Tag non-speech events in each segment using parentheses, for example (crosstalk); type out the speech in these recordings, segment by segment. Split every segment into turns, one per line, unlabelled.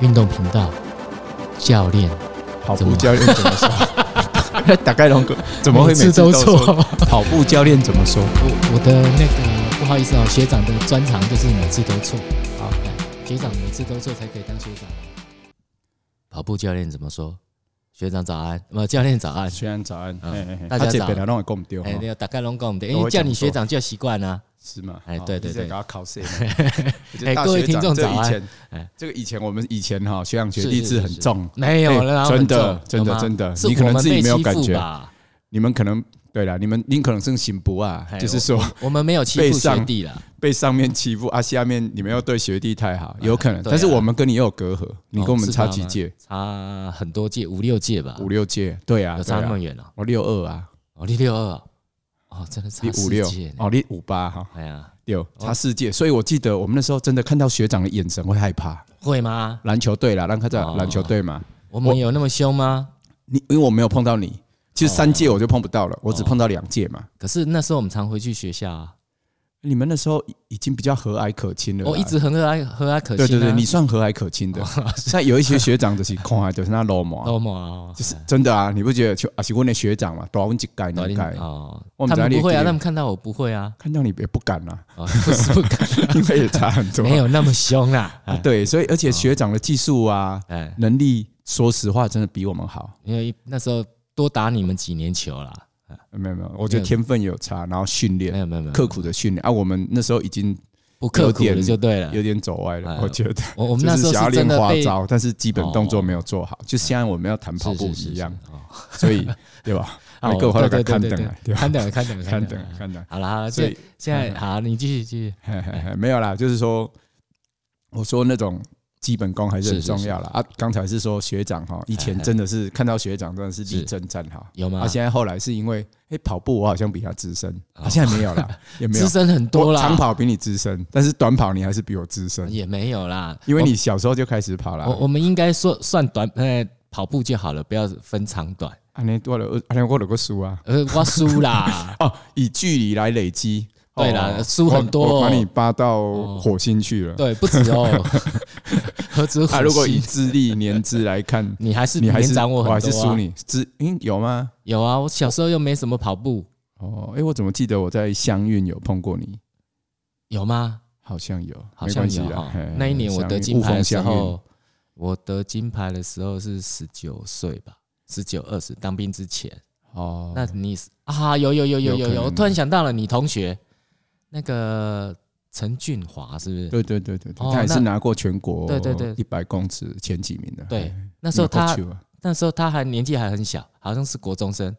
运动频道教练，
跑
怎么
步教练怎么
(laughs)
说？打开龙哥怎么会每
次
次
都
都哦错？
错？ (laughs)
跑步教练怎么说？
我我的那个不好意思哦，学长的专长就是每次都错。好，来，学长每次都错才可以当学长。跑步教练怎么说？学长早安，不，教练早安。
啊虽然早安，
嗯
嘿嘿嘿啊
大家
他这
早
本来让我讲丢
哎，，那个打开龙讲的，
都
因为
哦会这
叫
样
你
说
学长就习惯
(laughs)
啦。
是吗？
哎
好
对对
你在
对
给他考试。
哎各位听众
这
早
以
安
前
哎，
这个以前我们以前哈学长学
是
弟
是
制
是
很
是
重，
没有
哎
了，然后
真的
很重
真的
有吗
真的
是
你可能
我们
自己
被
没有
欺负
感觉
吧
你们可能对了，你们您可能是醒不啊
哎，
就是说
我们没有欺
被
负学
上
弟
(laughs)
啦，
被上面欺负啊，下面你们又对学弟太好，有可能。
对啊
但是我们跟你也有隔阂，你
哦
跟我们
是
差
吗
几届？
差很多届，五六届吧，
五六届，对啊，
有
对
差那么
啊，
远哦。
我六二啊，
哦，你六二哦，哦，真的差
你五
四
六
届呢，
哦，你五八哈，
哎呀，
六差四届，所以我记得我们那时候真的看到学长的眼神会害怕。
会吗？
篮球队啦，让他在
哦
篮球队嘛，
我们有那么凶吗？
你因为我没有碰到你，其实三届
哦
我就碰不到了，我只碰到两届嘛。
可是那时候我们常回去学校啊，
你们那时候已经比较和蔼可亲了啦，
我哦一直很和蔼和蔼可亲啊。
对啊
哦
对对，你算和蔼可亲的。像有一些学长就是看啊，就是那老毛
(laughs)
啊，
多么啊
就是真的啊，你不觉得？就啊，是我的学长嘛，大阮一届
搞
两
定
届，
哦，
我
他
们在
们
列
不会啊，
队
他们看到我不会啊，
看到你也不敢啦、
哦，不是不敢，
(laughs) 因为也差很多。
(laughs) 没有那么凶
(laughs)
啦。
啊
哎
对，所以而且学长的技术啊、
哎，
能力，说实话真的比我们好。
因为那时候多打你们几年球啦，
没有没有，我觉得天分有差，然后训
没
练
有没有没有，
刻苦的训练啊，我们那时候已经
不刻苦
有
了
点
就对了
有。点走歪了
哎，
我觉得。
我我们
就
那
是
时候
想要
是真
练
的
花
被哦
招，但是基本动作没有做好，就像我们要谈跑
是
步
是是
一样，
是哦
所以
(laughs)
对吧？
哦
每个花都
对
给
对
看
对
等
对
来，对吧？
看等看等
(laughs) 看
看哎
等
等。
看等，
好啦，好啦
所
现
以
现
(laughs)
在好，你继续继续。
嘿嘿嘿，没有啦，就是说，我说那种基本功还是很
是是哎
重要啦。啊。刚才是说学长哈，以前真的是看到学长真的是
是
力争战好，
有吗
啊，？现在后来是因为哎跑步我好像比他资深，
哦
啊现在没有啦，也没有
资深很多
我
啦，哎
长跑比你资深，但是短跑你还是比我资深，
也没有啦，
因为你小时候就开始跑啦
我。我们应该说算短呃跑步就好了，不要分长短。
啊，你多了，啊，我了个输啊。，
呃，我输啦
(laughs) 哦，以距离来累积。
对啦输很多
我我把
哦
你扒到火星去了。
对，不止
(laughs)
哦， (laughs) 何止
啊，
火
如果以
星，
资历年资来看，
你还 (laughs) 是
你还
年
是
长我
我还
很
是
多
输
啊。
你资，嗯，有吗？
有啊，我小时候又没什么跑步，
哦，哎，我怎么记得我在乡运有碰过你？
有吗？
好像有，
好像有
没关系啦
哈
嘿嘿。
那一年我得金牌的时
相遇雾
候，哦我得金牌的时候是十九岁吧，十九二十当兵之前。
哦，
那你是啊，有有有有
有
有
可
有，
能
我突然想到了，你同学那个陈俊华是不是？
对对对对，对
哦
他也是
那
拿过全国
对对对
一百公尺前几名的。
对
嘿，
那时候
拿
他
过去啊
那时候他还年纪还很小，好像是国中生，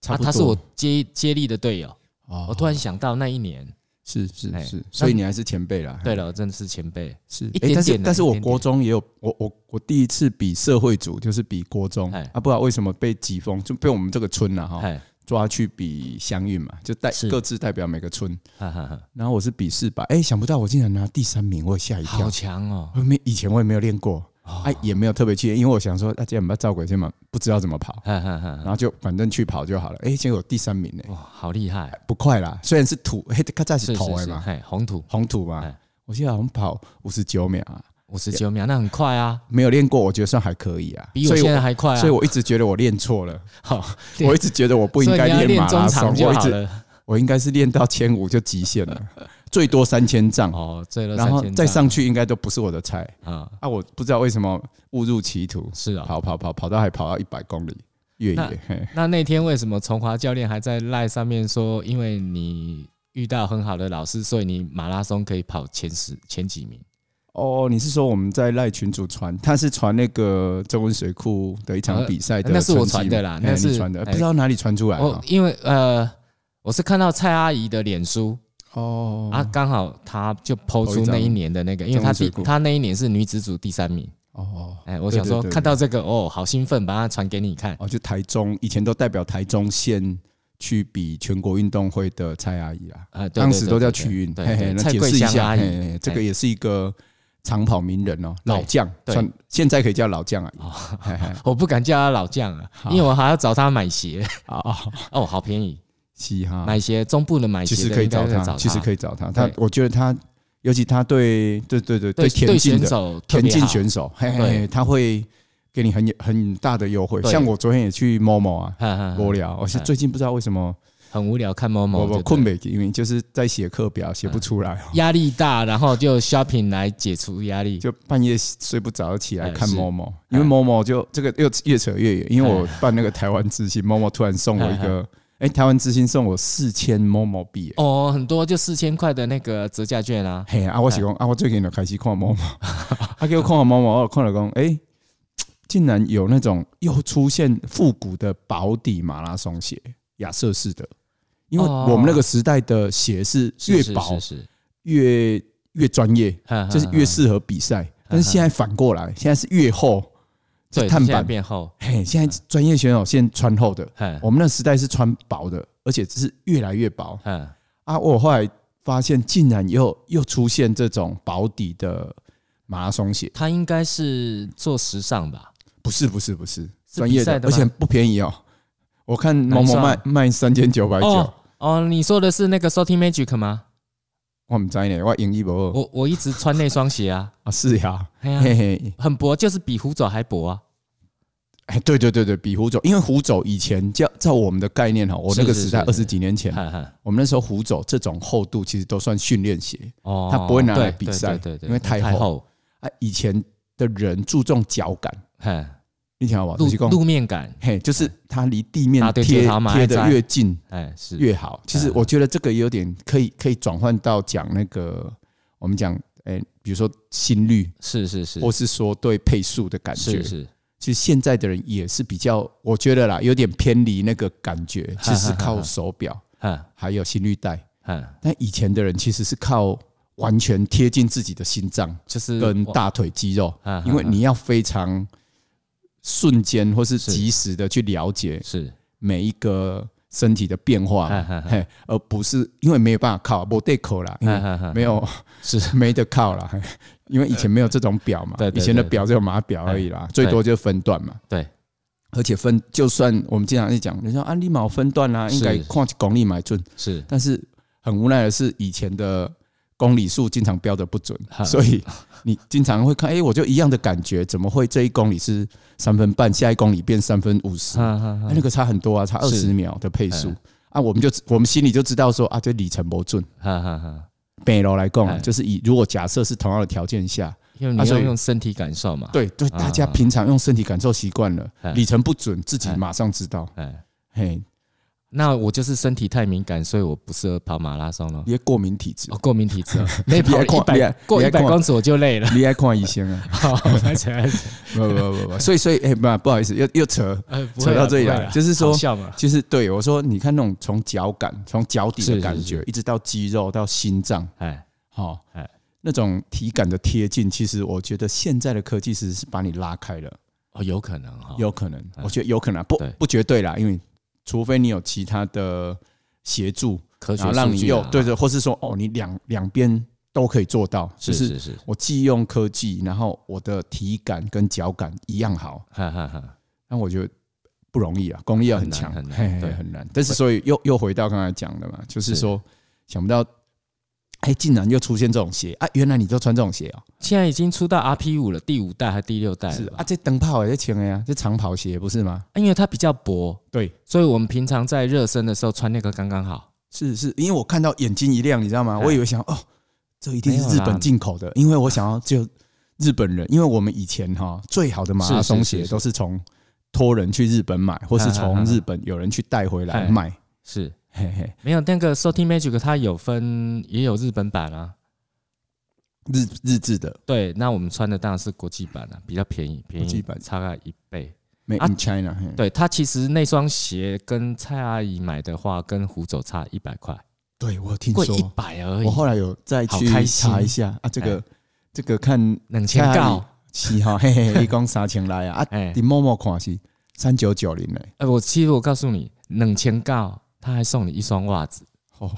差
啊，
不多
他是我接接力的队友。
哦
我突然想到那一年，
是是
哎
是
那，
所以你还是前辈啦。嘿
对了，我真的是前辈，
是，
一
诶
点
但是
点啊
但是
一
我
点
国
点
中也有，我我我第一次比社会组就是比国中，
哎
啊，不知道为什么被疾风就被我们这个村啊哈
哎，
抓去比乡运嘛，就代
是
各自代表每个村，
哈哈哈，
然后我是比四百，哎，想不到我竟然拿第三名，我也吓一跳
好，强哦！
我没以前我也没有练过，
哦
哎，也没有特别去练，因为我想说啊大家不要照鬼先嘛，不知道怎么跑，
哈哈哈
然，后就反正去跑就好了，哎，结果第三名呢，
哇，好厉害！
不快啦，虽然是土，哎嘿，咔嚓是
是
头
是
的
是，
嘛，
嘿，红土
红土嘛
哎，
我记得好像跑五十九秒啊。
五十九秒，那很快啊，
没有练过，我觉得算还可以啊。
比
所
我
以
现在还快啊！
所以我一直觉得我练错了，
(laughs) 好，对
我一直觉得我不应
所
该
以你要
马
练
拉
中长
松，
就
我一
好
直
了。
我应该是练到千五就极
(laughs)
限了，最多三千丈，
哦，醉了
然
三
后
千
再
丈
上去应该都不是我的菜
啊，
啊！我不知道为什么误入歧途，
是啊。
跑跑跑跑到还跑到一百公里越
那
野，嘿
那那天为什么崇华教练还在赖上面说，因为你遇到很好的老师，所以你马拉松可以跑前十前几名？
哦，你是说我们在赖群主传，他是传那个中文水库的一场比赛的成绩
呃
吗、
那是我传的啦
嘿
那是
你传的，
哎
不知道哪里传出来
我
哦。
因为呃，我是看到蔡阿姨的脸书
哦
啊，刚好她就抛
哦
出
一张
那一年的那个，因为她
中文水
第
库
她那一年是女子组第三名。
哦
哎，我
对
想
对
说
对
看到这个哦，好兴奋，把它传给你看。
哦，就台中以前都代表台中县去比全国运动会的蔡阿姨啦，
啊，对
当时都叫
去
曲运。
对
嘿嘿
对，
那
蔡
解
桂
释一
香
下，
阿
嘿
姨哎
嘿这个也是一个长跑名人哦，老将，
对
算现在可以叫老将阿姨。
哦
嘿嘿
我不敢叫她老将啊，
好
因为我还要找她买鞋。
啊啊，
(laughs) 哦，好便宜，
嘻哈，
买鞋中部的买
其
鞋
实
的
可以
应该
找
会
他，
找
其实
她
可以找他，他
对
我觉得他尤其他对对对对对田
对
径
选
的
手特
田
别
径
好
选手，嘿嘿，
对
嘿他会给你很很大的优惠。
对
像我昨天也去某某啊，
哈哈哈
无聊，我是最近不知道为什么
很无聊，看某某
我
就嗯
我
对嗯
困美，因为就是在写课表写不出来哦，
压力大，然后就 shopping 来解除压力。
就半夜睡不着起来
哎哎
看
是
某某，因为某某就这个又越扯越远，因为我办那个台湾
(laughs)
之星，某某突然送我一个，哎，台湾之星送我四千某某币。哎
哦，很多就四千块的那个折价券啊，
嘿啊，我是讲啊，我最近就开始看某
(laughs)
某，啊，给我看了某某，我看了讲，哎、竟然有那种又出现复古的保底马拉松鞋，亚瑟士的，因为
哦
我们那个时代的鞋是
是
越
是
薄
是是，
越越专业，
哈哈
就是越适合比
啊
赛。但是现在反过来，现在是越厚，
对
是碳
现在
板。哦
变厚，
嘿，现在专业选手现在穿厚的，
哈
我们那时代是穿薄的，而且只是越来越薄。
哈，
啊，我后来发现，竟然又又出现这种薄底的马拉松鞋，
他应该是做时尚吧？
不是不是不是
是
专业
比赛
的，
的
而
吗
且不便宜哦。我看
哪
某
一
某
双
卖卖三千九百九
哦，哦，你说的是那个 Sorty Magic 吗？
我唔知呢，我盈利不二
我我一直穿那双鞋
(laughs)
啊，
啊是呀，
哎呀，
哦嘿嘿，
很薄，就是比虎爪还薄啊。
哎对对对对，比虎走，因为虎走以前叫照我们的概念哈，我那个
是是
时代
是
二
是
十几年前，
哈哈，
我们那时候虎走这种厚度其实都算训练鞋
哦，
他不会拿来
对
比
对
赛
对对对，
因为太
太
厚
厚，
啊，以前的人注重脚感，
哈，
你听好不好？
路
哦就是讲
路面感，
嘿，就是它离地面
啊对
贴
对好嘛
贴
还
的
在
越近
哎，是嗯
越好。其实我觉得这个有点可以可以转换到讲那个我们讲哎，比如说心率，
是是是
或是说对配速的感觉
是。是，
其实现在的人也是比较，我觉得啦，有点偏离那个感觉，其实是靠手表
哈
还有心率带。
哈，
但以前的人其实是靠完全贴近自己的心脏
就是
跟大腿肌肉
啊啊，
因为你要非常瞬间或是
是
及时的去了解
是
每一个身体的变化
啊啊啊，
嘿，而不是因为没有办法靠，没对口啦，因
啊啊
为
啊
没有
是
(laughs) 没得靠啦，嘿因为以前没有这种表嘛
对，对
以前的
对
表只有码表而已啦，最多就分段嘛。
对，
而且分，就算我们经常在讲，你说啊，你毛分段啦、啊，
是
应该看公里买准，
是
但是很无奈的是，以前的公里数经常标的不准
哈，
所以你经常会看，哎、我就一样的感觉，怎么会这一公里是三分半，下一公里变三分五十、
哈哈哈
哎那个差很多啊，差二
是
十秒的配速
嗯
啊，我们就我们心里就知道说啊，这里程不准。
哈哈哈，
北楼来讲啊，
嗯
就是以如果假设是同样的条件下，
因为
啊
你要
所以
用身体感受嘛，，
对对，
啊
大家平常用身体感受习惯了
嗯，
里程不准，自己
嗯
马上知道，
哎，
嘿，
那我就是身体太敏感，所以我不适合跑马拉松了。
你的过敏体质
哦，，过敏体
(laughs)
质哦，没跑
你还
一
看你还
百过
你
一
还
百
看
公尺我就累
(laughs)
了。哦
你爱看医生啊？
好，而且
不不不不，所以所以哎，不不好意思，又又扯
呃，不会
扯
啦
到这里来，就是说
好，笑嘛，
就是对我说，你看那种从脚感、从脚底
是
的
是
感觉
是，
一直到肌肉到心脏，
哎，
哈
哎，
那种体感的贴近，其实我觉得现在的科技其实是把你拉开了。
哦，有可能哈，
有可能，
嗯
我觉得有可能啊、不
对
不绝对啦，因为除非你有其他的协助，
科
然
学
后让
数
你
据
又
啊
对对，或是说哦，你两两边都可以做到，就是是
是是，
我既用科技，然后我的体感跟脚感一样好，
哈哈哈，
那我觉得不容易啊，功力要很强，
很难
嘿
很难
嘿
对
很难。但是所以又又回到刚才讲的嘛，就是
是
说想不到。哎，竟然又出现这种鞋啊！原来你都穿这种鞋哦、
现在已经出到 RP 五了，第五代还是第六代
是
了
啊，
吧？
这灯泡也是穿的呀、这长跑鞋不是吗？
因为它比较薄，
对，
所以我们平常在热身的时候穿那个刚刚好。
是是，因为我看到眼睛一亮，你知道吗？
哎
我以为想哦，这一定
没有
是日
啦
本进口的，因为我想要就日本人，因为我们以前哈最好的马拉
是
松
是
鞋
是嗯
都是从托人去日本买，或是
哈哈
从
哈
日本有人去带回来
哎
卖。
是
嘿嘿，
没有那个 Sorty Magic 它有分也有日本版啊，
日日制的
对，那我们穿的当然是国际版啊，比较便宜，便宜
国际版嗯
差个一倍。
Made
啊
in China，嘿
对，它其实那双鞋跟蔡阿姨买的话，跟胡走差一百块，
对我有听
贵一
说，
百而已
我，后来有再
好
去
开心
查一下啊，这个这个看
两千告。(laughs)
是哈，嘿嘿，一共三千来啊，啊，
哎
你默默看是三九九零嘞。
哎，我其实我告诉你，两千告，他还送你一双袜子，
哦，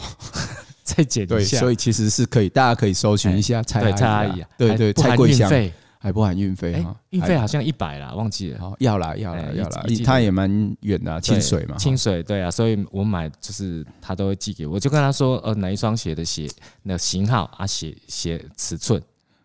再减
对，
一下。
所以其实是可以，大家可以搜寻一下蔡
对蔡
阿
阿
姨
姨
啊
啊，，
对对，
还
蔡
不含
桂
运
香
费，
还不含运费
哎
哈，，
运费
还
好像一百啦，忘记了。
好要啦要啦
哎
要
一
啦
一季，
它也蛮远的啊，
对
清水嘛，
清水对啊，所以我买就是他都会寄给我，我就跟他说呃哪一双鞋的鞋那型号啊鞋鞋尺寸，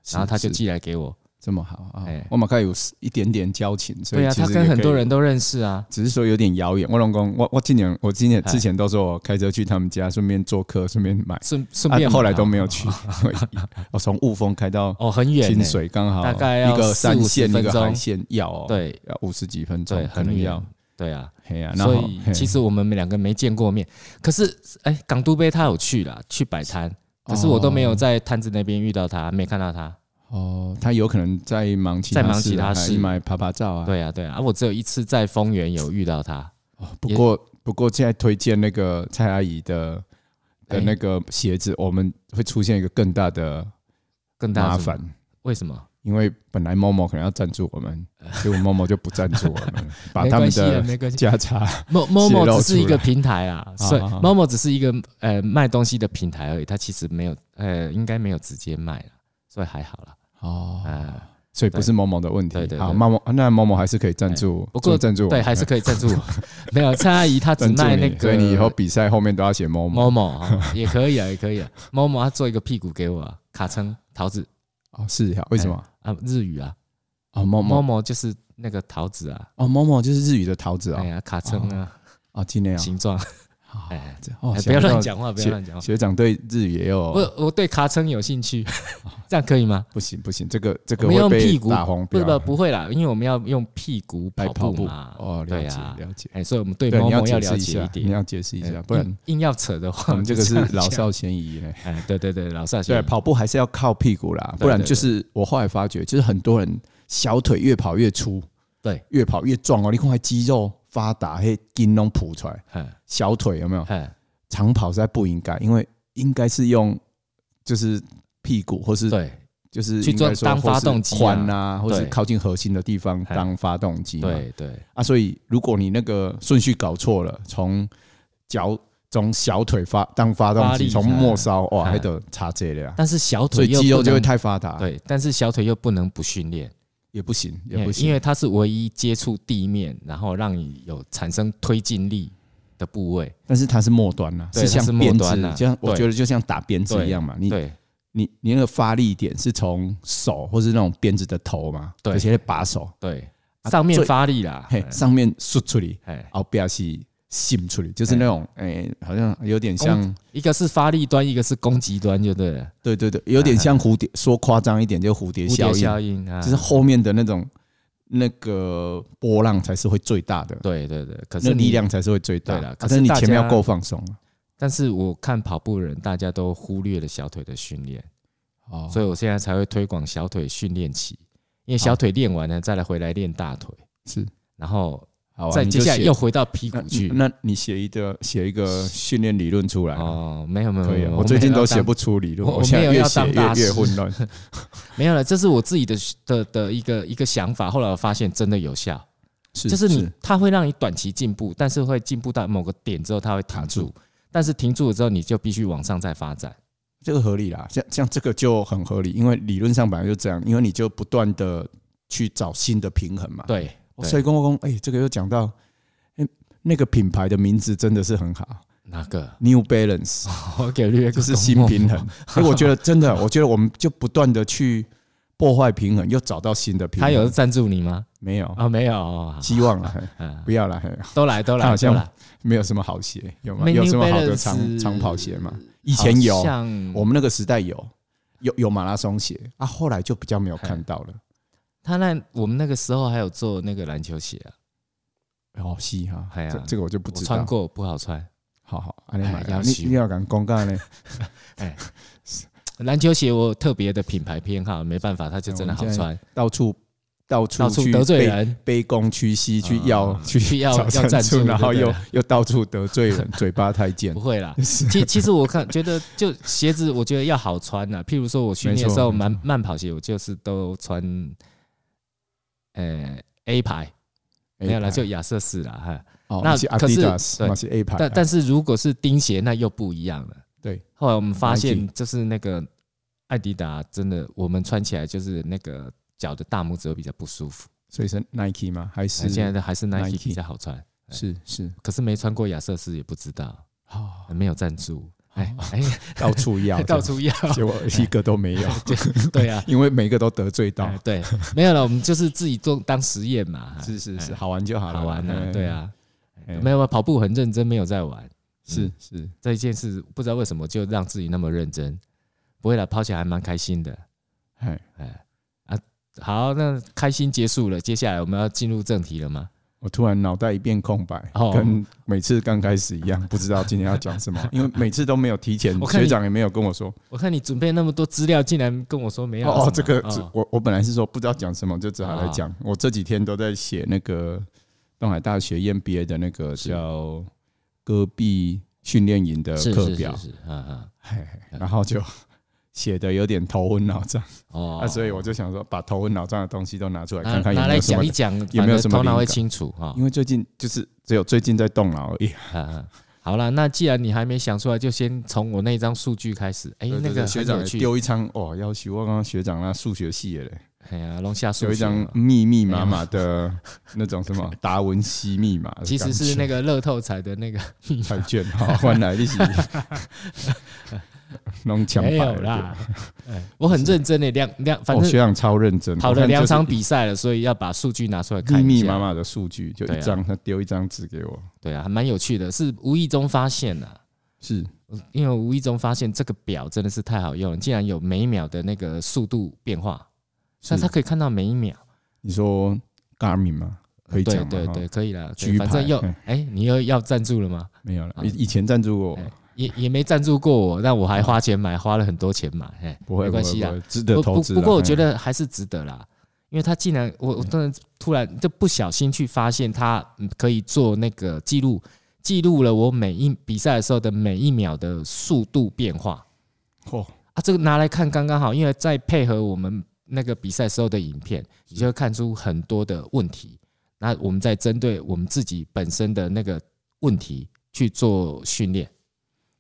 是
然后他就是寄来给我。
这么好啊
哎，
我马盖有一点点交情，所以
对啊，
其
他
实
跟
也
很
可以
多人都认识啊。
只是说有点遥远。我老公，我我今年我今年
哎
之前都说我开车去他们家，顺便做客，顺便买，
顺顺便、
啊、后来都没有。去。 (laughs) 我从雾峰开到
哦，很远、欸，
清水，刚好
大概要
一个
四五
山
十
线一
分
个
钟
海线要哦，，
对
要五十几分
对，
钟，可
很
能
远
要。
对啊，
嘿呀、然
所
后
以
嘿
其实我们两个没见过面，可是哎、港都杯他有去啦，去摆摊，可是我都没有在摊子那边遇到他，没看到他。
哦，他有可能在忙其他
在忙
事啊
其他
还
事
买拍拍照啊。，
对啊，对啊，啊我只有一次在丰原有遇到他。
哦、不过不过现在推荐那个蔡阿姨的的
哎
那个鞋子，我们会出现一个更大的
更大
麻
的什么
烦。
为什么？
因为本来 Momo 可能要赞助我们，结果 Momo 就不赞助我们
(laughs)
了，把
呃没
他
关
们
系啊，
的
没关系。
价差
Mo
泄
Momo
露
只是一
出
个
来啊
平台啦，所以
好好
Momo 只是一个呃卖东西的平台而已，它其实没有呃应该没有直接卖了，所以还好啦。
哦
啊，
(laughs) 所以不是 Momo 的问题。
对对对哎
好，Momo 啊那 Momo 还是可以赞助，
不过
做赞助我
对，
们
还是可以
(laughs)
赞助我。没有蔡阿姨她只
哦赞助
卖
你
那个，
所以你以后比赛后面都要写 Momo。
Momo 哦也可以啊，也可以啊。Momo 她做一个屁股给我啊，卡称桃子
哦，是啊，为什么？
啊，日语啊
哦，Momo
，Momo 就是那个桃子啊，
哦，Momo 就是日语的桃子
哎
啊，
呀，卡称啊，
哦，今天啊，
形状，
好
哎，
这哦
哎，不
想
要
到
乱讲啊话，不要乱讲话。
学长对日语也有
我我对卡称有兴趣，
哦
这样可以吗？
不行不行，这个这
我
个
们
会
用屁
被
股
打红
不
标
不，不会啦，因为我们要用屁股
来跑
步
步
嘛。
哦，了
对
解
啊，
了解。
哎，所以我们对
对，你
Momo 要
解
了
释一
解
下
一，
你
点。
要解释一下，
哎 (laughs)
不然
硬硬要扯的话，
(laughs) 我们这个是
就 (laughs) 样
老
讲。
少咸宜嘞。
哎，对对对，老少咸
对，
宜。
跑步还是要靠屁股啦，
对
不然就是我后来发觉，就是很多人小腿越跑越粗，
对，
越跑越壮哦。你看那肌肉发达，嘿，筋拢ผู出来，
哎
小腿有没有？
哎，
长跑实在不应该，因为应该是用就是屁股或是
对
就是
去
应该
做
说
当
或是
发动机啊
髋啊，或是
对
靠近核心的地方
哎
当发动机嘛。
对对，
啊，所以如果你那个顺序搞错了，从脚从小腿发当发动
发力
机，从末梢哇，
哎
还得差这了。
但是小
所
腿
以
又
肌肉
不
就会
能
太发达，
对，但是小腿又不能不训练，
也不行，
因
也不
为
行，
因为它是唯一接触地面，然后让你有产生推进力的部位。
但是它是末端呐、
对它是
像
末
鞭
端
子，
啊
就像我
对
觉得就像打鞭子
对
一样嘛。你
对
你你那个发力点是从手或是那种鞭子的头嘛，
对
而且把手，
对，
啊
上面
最
发力啦，
嘿，上面输出去，
哎，
后边是心出去，就是那种哎、好像有点
攻
像，
一个是发力端，一个是攻击端，就对了。
对对对，有点
啊
像蝴蝶，说夸张一点就蝴蝶
蝴
效
蝶
应，
效应啊，
就是后面的那种那个波浪才是会最大的，
对对对，可
那
是
力
你，
量才是会最大
对啦
的。
可
可
是
是你
大
前面
家
要够放松啊
但是我看跑步人大家都忽略了小腿的训练，
哦
所以我现在才会推广小腿训练期，因为小
好
腿练完呢，再来回来练大腿，
是
然后
好啊，
再
你
接
就
下来
写
又回到屁股
那
去。
那你写一个写一个训练理论出来啊，
哦，没有没有，
可以
没
啊。
有
我最近都写，
没有
不出理论，
我我
现
没有
在越
要
写
当大
越越
师
混乱。 (laughs)
当没有了，这是我自己的的的一个一个想法。后来我发现真的有效，
是
就是你它会让你短期进步，但是会进步到某个点之后，它会停
卡
住
住，
但是停住了之后，你就必须往上再发展。
这个合理啦，像像这个就很合理，因为理论上本来就这样，因为你就不断的去找新的平衡嘛。
对，
哦，所以公公，哎，这个又讲到，哎，那个品牌的名字真的是很好
哪个？ (laughs)
，New Balance。 (laughs)
我给略
就是新平衡。所以我觉得真的，我觉得我们就不断的去破坏平衡，又找到新的平衡。
他有赞助你吗？
没有？
啊，没有哦，好
希望了，嘿
嗯，
不要了，嘿
都来都
他
来
好
都
像
来。
没有什么好鞋，有吗？
New
有什么好的
Balance
长长跑鞋吗？以前有
好，像
我们那个时代有，有有马拉松鞋啊，后来就比较没有看到了。
他那我们那个时候还有做那个篮球鞋啊，
哦，是哈
哎，呀
这这个我就不
我
知
穿
道。
过不好穿。
好好，啊你买
哎要
你
修
你要敢公干呢？
篮球鞋我有特别的品牌偏好，没办法，它就真的好穿，
到处到处
到处
去
得罪
被
人。
卑躬屈膝去
啊
要去
去要
找
要赞助
然后
对不对
又又到处得罪人，
(laughs)
嘴巴太贱
不。会啦，
(laughs)
其其实我看觉得就鞋子，我觉得要好穿呐。譬如说我训练的时候，
没错
慢慢跑鞋我就是都穿，呃 A 牌，没有啦，
A 牌
就亚瑟士啦哈。
哦，
那
是
可是
Adidas，
对
那是 A 牌，
但但是如果是钉鞋，那又不一样了。
对，
后来我们发现，就是那个艾迪达真的，我们穿起来就是那个脚的大拇指会比较不舒服。
所以是 Nike 吗？还是
哎现在的还是 Nike
Nike
比较好穿，
是是
可是没穿过亚瑟士也不知道，
啊？
没有赞助，哎
(laughs)
哎，
到处要，
(laughs) 到处
(laughs)
要，
结果一个都没有，
对啊，
因为每个都得罪到
哎。对，没有了，我们就是自己做当实验嘛，哎
是是是，好玩就好了，
好玩啊，
哎
对，啊，
哎
没有啊跑步很认真，没有在玩嗯
是是
这一件事，不知道为什么就让自己那么认真，不会啦，跑起来还蛮开心的，
哎
哎啊，好，那开心结束了，接下来我们要进入正题了吗？
我突然脑袋一片空白，
哦
跟每次刚开始一样，不知道今天要讲什么，因为每次都没有提前
(laughs) 我，看你
学长也没有跟我说。
我看你准备那么多资料，竟然跟我说没有什
哦
么
哦，这个
哦
这我我本来是说不知道讲什么，就只好来讲。我这几天都在写那个东海大学 EMBA 的那个
是
叫戈壁训练营的
是
呃课
是
表
是，是，嗯嗯，
嘿嘿然后就 (laughs) 写的有点头昏脑胀，
哦
啊，所以我就想说把头昏脑胀的东西都拿出来
拿
看看有
拿
没
来
有什
讲
么
一，讲，
有没有
反正
什么
头脑
灵
会
感
清楚啊？
因为最近就是只有最近在动脑而已。
嗯嗯好啦，那既然你还没想出来，就先从我那张数据开始。哎，
对对
那
对
个
学
很
长
有
也
趣，
丢一张哦，要求我刚刚学长那数学系的嘞，
哎呀，龙虾数嗯
有一
学
张
嘛
密密麻麻的那种什么达文西密码的感觉，
(laughs) 其实是那个乐透彩的
(laughs)
那个，
彩券，好，哦换
(laughs)
来一起弄抢
没
白
有
了
啦。 (laughs) 哎我很认真的两两，
对
反
哦，学
正
长超认真，
跑
我
了
看
两
就是
场比赛了，所以要把数据拿出来看
密
一
密麻
下。
麻的数据，就
对
一
啊
张，他丢一张纸给我，
对啊，还蛮有趣的，是无意中发现的。啊
是
因为我无意中发现这个表真的是太好用了，竟然有每秒的那个速度变化，
是
那它可以看到每一秒。
你说 Garmin 吗？可以讲
呃对
吗
对
哦哈
对，可以了。
举
对反正
牌 (laughs)
又
嗯
哎，你又要赞助了吗？
没有了，
啊
以以前赞助过我
哎也也没赞助过我，但我还花钱买，花了很多钱买，哎，
不会
没
不
关
会，
系
啊不
啦
会，值得
不
投
不
资啦。
不过我
嗯
觉得还是值得啦，因为他竟然我我突然突然就不小心去发现他嗯可以做那个记录，记录了我每一比赛的时候的每一秒的速度变化。
哦，
啊，这个拿来看刚刚好，因为再配合我们那个比赛时候的影片，你就会看出很多的问题。那我们再针对我们自己本身的那个问题去做训练，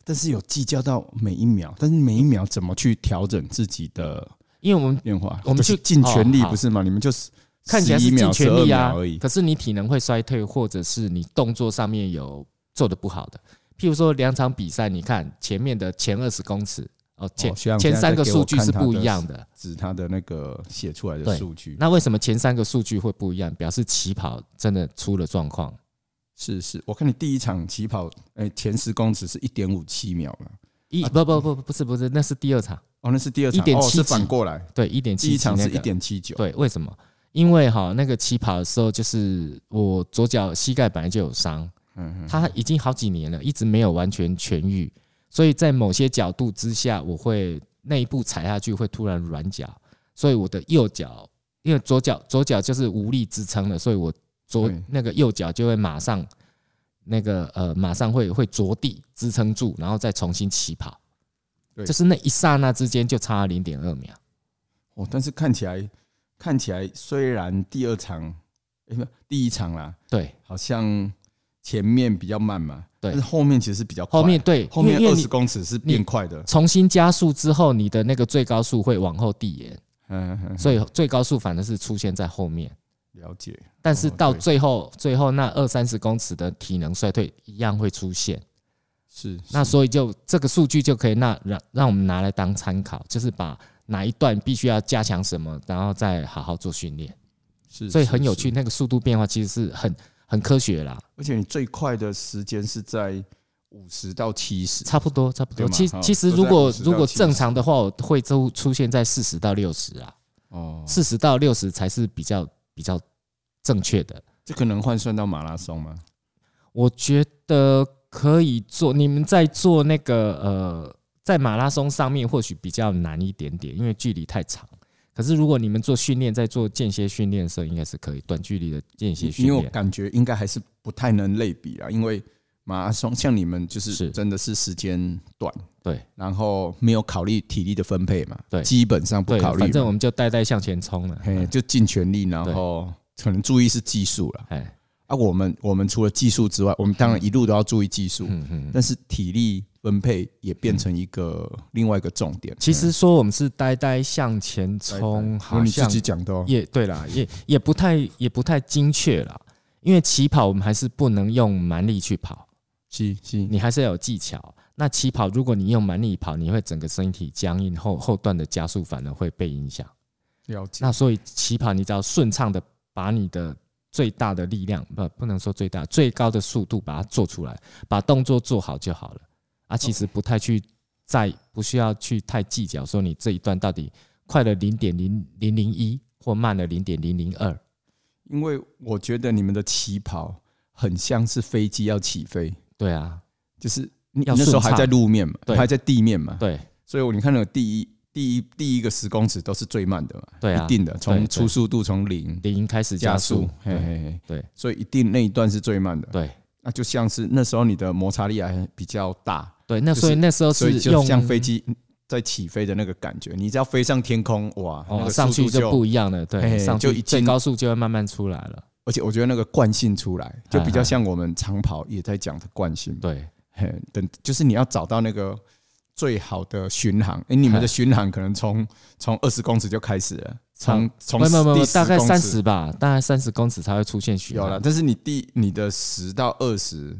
但是有计较到每一秒，但是每一秒怎么去调整自己的
因为我们
变化？
我们去
就是尽全力
哦好
不是吗？你们就是
看起来是
11秒
尽全力啊
12秒而已，
可是你体能会衰退，或者是你动作上面有做的不好的。譬如说两场比赛，你看前面的前二十公尺哦，前
哦学长
前
现在
三个
在给我
数据
看
是
他
不
的
一样的。
指他的那个写出来
对
的数据。
那为什么前三个数据会不一样？表示起跑真的出了状况。
是是，我看你第一场起跑，哎、前十公尺是一点五七秒了。
一不不不不是不是，那是第二场，
哦，那是第二场，
1.7
哦是
几
反过来，
对一点七，
第一场是
那
一
个
点七九，
对，为什么？因为哈那个起跑的时候，就是我左脚膝盖本来就有伤，
嗯，嗯
它已经好几年了，一直没有完全痊愈，所以在某些角度之下，我会那一步踩下去会突然软脚，所以我的右脚，因为左脚左脚就是无力支撑了，所以我左
对
那个右脚就会马上那个呃马上会会着地支撑住，然后再重新起跑，
对
就是那一刹那之间就差了零点二秒。
哦，但是看起来看起来虽然第二场，哎、不，第一场啦，
对，
好像前面比较慢嘛，
对
但是后面其实是比较快
后面对，
后面
因为因
二
为你
十公尺是变快的，
重新加速之后，你的那个最高速会往后递延，
嗯，嗯嗯
所以最高速反而是出现在后面。
了解，
但是
哦
到
对
最后，最后那二三十公尺的体能衰退一样会出现。
是
那
是
所以就这个数据就可以那让让我们拿来当参考，就是把哪一段必须要加强什么，然后再好好做训练。
是，
所以
是
很有
是
趣，那个速度变化其实是很很科学啦，
而且你最快的时间是在五十到七十，
差不多差不多。
对嘛
其
好
其实
都
如
在
果
50
如果
到70
正常的话，我会出出现在四十到六十啊。
哦，
四十到六十才是比较比较正确的。
这可能换算到马拉松吗？
我觉得可以做，你们在做那个呃，在马拉松上面或许比较难一点点，因为距离太长。可是如果你们做训练，在做间歇训练的时候，应该是可以短距离的间歇训
因为我
练。
感觉应该还是不太能类比啊，因为马拉松像你们就是
是
真的是时间短，
对，
然后没有考虑体力的分配嘛，
对
基本上不
对，
考虑嘛，
反正我们就代代向前冲了。
嘿就尽全力，然后可能注意是技术了
哎，
啊。我们我们除了技术之外，我们当然一路都要注意技术，
嗯嗯，
但是体力分配也变成一个另外一个重点。
嗯其实说我们是呆呆向前冲，好
你自
像
己讲嗯的哦，
也对啦，也也不太也不太精确啦。因为起跑我们还是不能用蛮力去跑，
是是，
你还是要有技巧。那起跑如果你用蛮力跑，你会整个身体僵硬，后后段的加速反而会被影响。
了解
那所以起跑你只要顺畅的把你的最大的力量，不不能说最大，最高的速度把它做出来，把动作做好就好了。啊，其实不太去在不需要去太计较说你这一段到底快了零点零零零一或慢了零点零零二。
因为我觉得你们的起跑很像是飞机要起飞，
对啊，
就是你你
要
那时候
顺畅
还在路面嘛，
对
还在地面嘛，
对
所以我你看那个第一第一第一个十公尺都是最慢的嘛，
对啊
一，定的，从
对
初速度从零
零开始
加
加
速
速，，
嘿
对
嘿嘿，
对，
所以一定那一段是最慢的，
对
那就像是那时候你的摩擦力还比较大，
对，那
就是
所以那时候
所
是
以就
用
像飞机在起飞的那个感觉，你只要飞上天空，哇，那
哦
个
上
速
去
度
就不一样了，
嘿
对，
嘿
上
就
去
已
最
经
高速就会慢慢出来了，
而且我觉得那个惯性出来，就
嗨
比
嗨
较像我们长跑也在讲的惯性。
对
嘿，等就是你要找到那个最好的巡航。哎、你们的巡航可能从从二十公尺就开始了，从从
没有没有没
第
有，
10
大概
公尺
三十吧，大概三十公尺才会出现巡
有了。
航。
但是你第你的十到二十，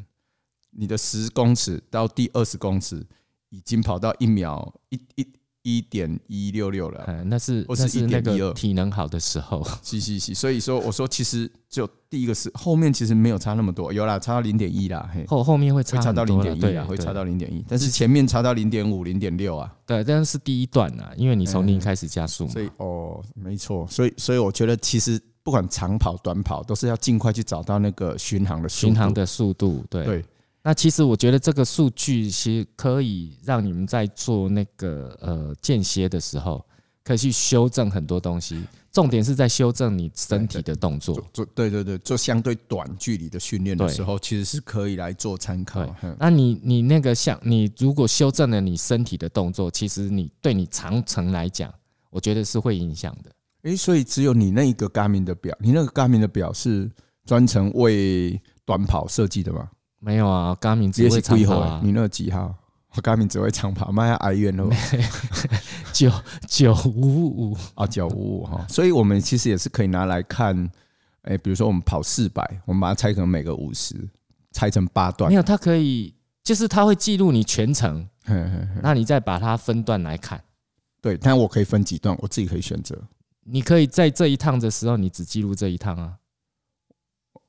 你的十公尺到第二十公尺已经跑到一秒一一一点一六六了，
嗯，那是
或是
那是那个
1.12
体能好的时候， (laughs)
是是是。所以说，我说其实就第一个是后面其实没有差那么多，有啦，差到零点一啦，嘿。
后后面会
会
差
差
很
到零
多
点
了
一，
对
啊，会
对
差到零点一，但是前面差到零点五、零点六啊，
对，但是第一段啊，因为你从零开始加速嘛
所，以哦，没错，所以所以我觉得其实不管长跑、短跑，都是要尽快去找到那个巡航的速
巡航
度
的速度，对
对，
那其实我觉得这个数据其实可以让你们在做那个呃间歇的时候，可以去修正很多东西。重点是在修正你身体的动作
做。做对对对，做相对短距离的训练的时候，其实是可以来做参考
对。
嗯
那你你那个像你如果修正了你身体的动作，其实你对你长程来讲，我觉得是会影响的。
诶，所以只有你那一个 Garmin 的表，你那个 Garmin 的表是专程为短跑设计的吗？
没有啊，高明只
也
会
是
长
几
跑
号啊？
啊，
你那个几号？我 Garmin 只会长跑，妈呀，哀怨了吧
九九五五，
啊，九五五哈，所以我们其实也是可以拿来看，诶，比如说我们跑四百，我们把它拆成每个五十，拆成八段
没，有它可以，就是它会记录你全程，
嘿嘿嘿
那你再把它分段来看。
对，但我可以分几段，我自己可以选择。
你可以在这一趟的时候，你只记录这一趟啊。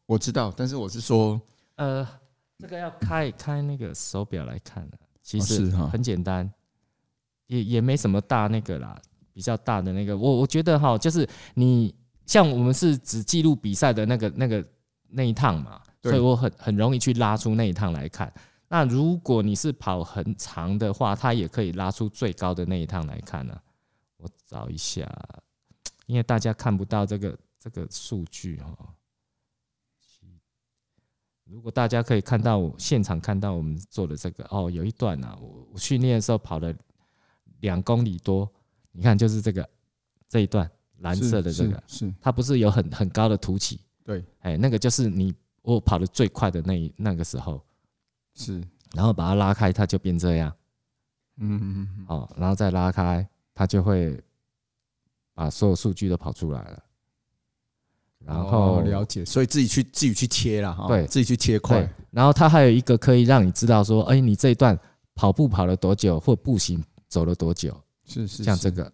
我知道，但是我是说，
呃，这个要开开那个手表来看啊，其
哦
实
是哈
很简单，也也没什么大那个啦，比较大的那个，我我觉得哈，就是你像我们是只记录比赛的那个那个那一趟嘛，
对
所以我很很容易去拉出那一趟来看。那如果你是跑很长的话，它也可以拉出最高的那一趟来看啊呢、我找一下，因为大家看不到这个这个数据哈、哦。如果大家可以看到我现场看到我们做的这个哦，有一段啊，我我训练的时候跑了两公里多，你看就是这个这一段蓝色的这
是
个，
是是
它不是有很很高的凸起，
对，
哎，那个就是你我跑得最快的那一那个时候，
是，
然后把它拉开，它就变这样
嗯嗯嗯，
哦，然后再拉开，它就会把所有数据都跑出来了，然后、
哦了解，所以自己去自己去切啦，哈，
对
自己去切
对
块，，
然后它还有一个可以让你知道说，哎、你这一段跑步跑了多久，或步行走了多久，
是是
像
是
这个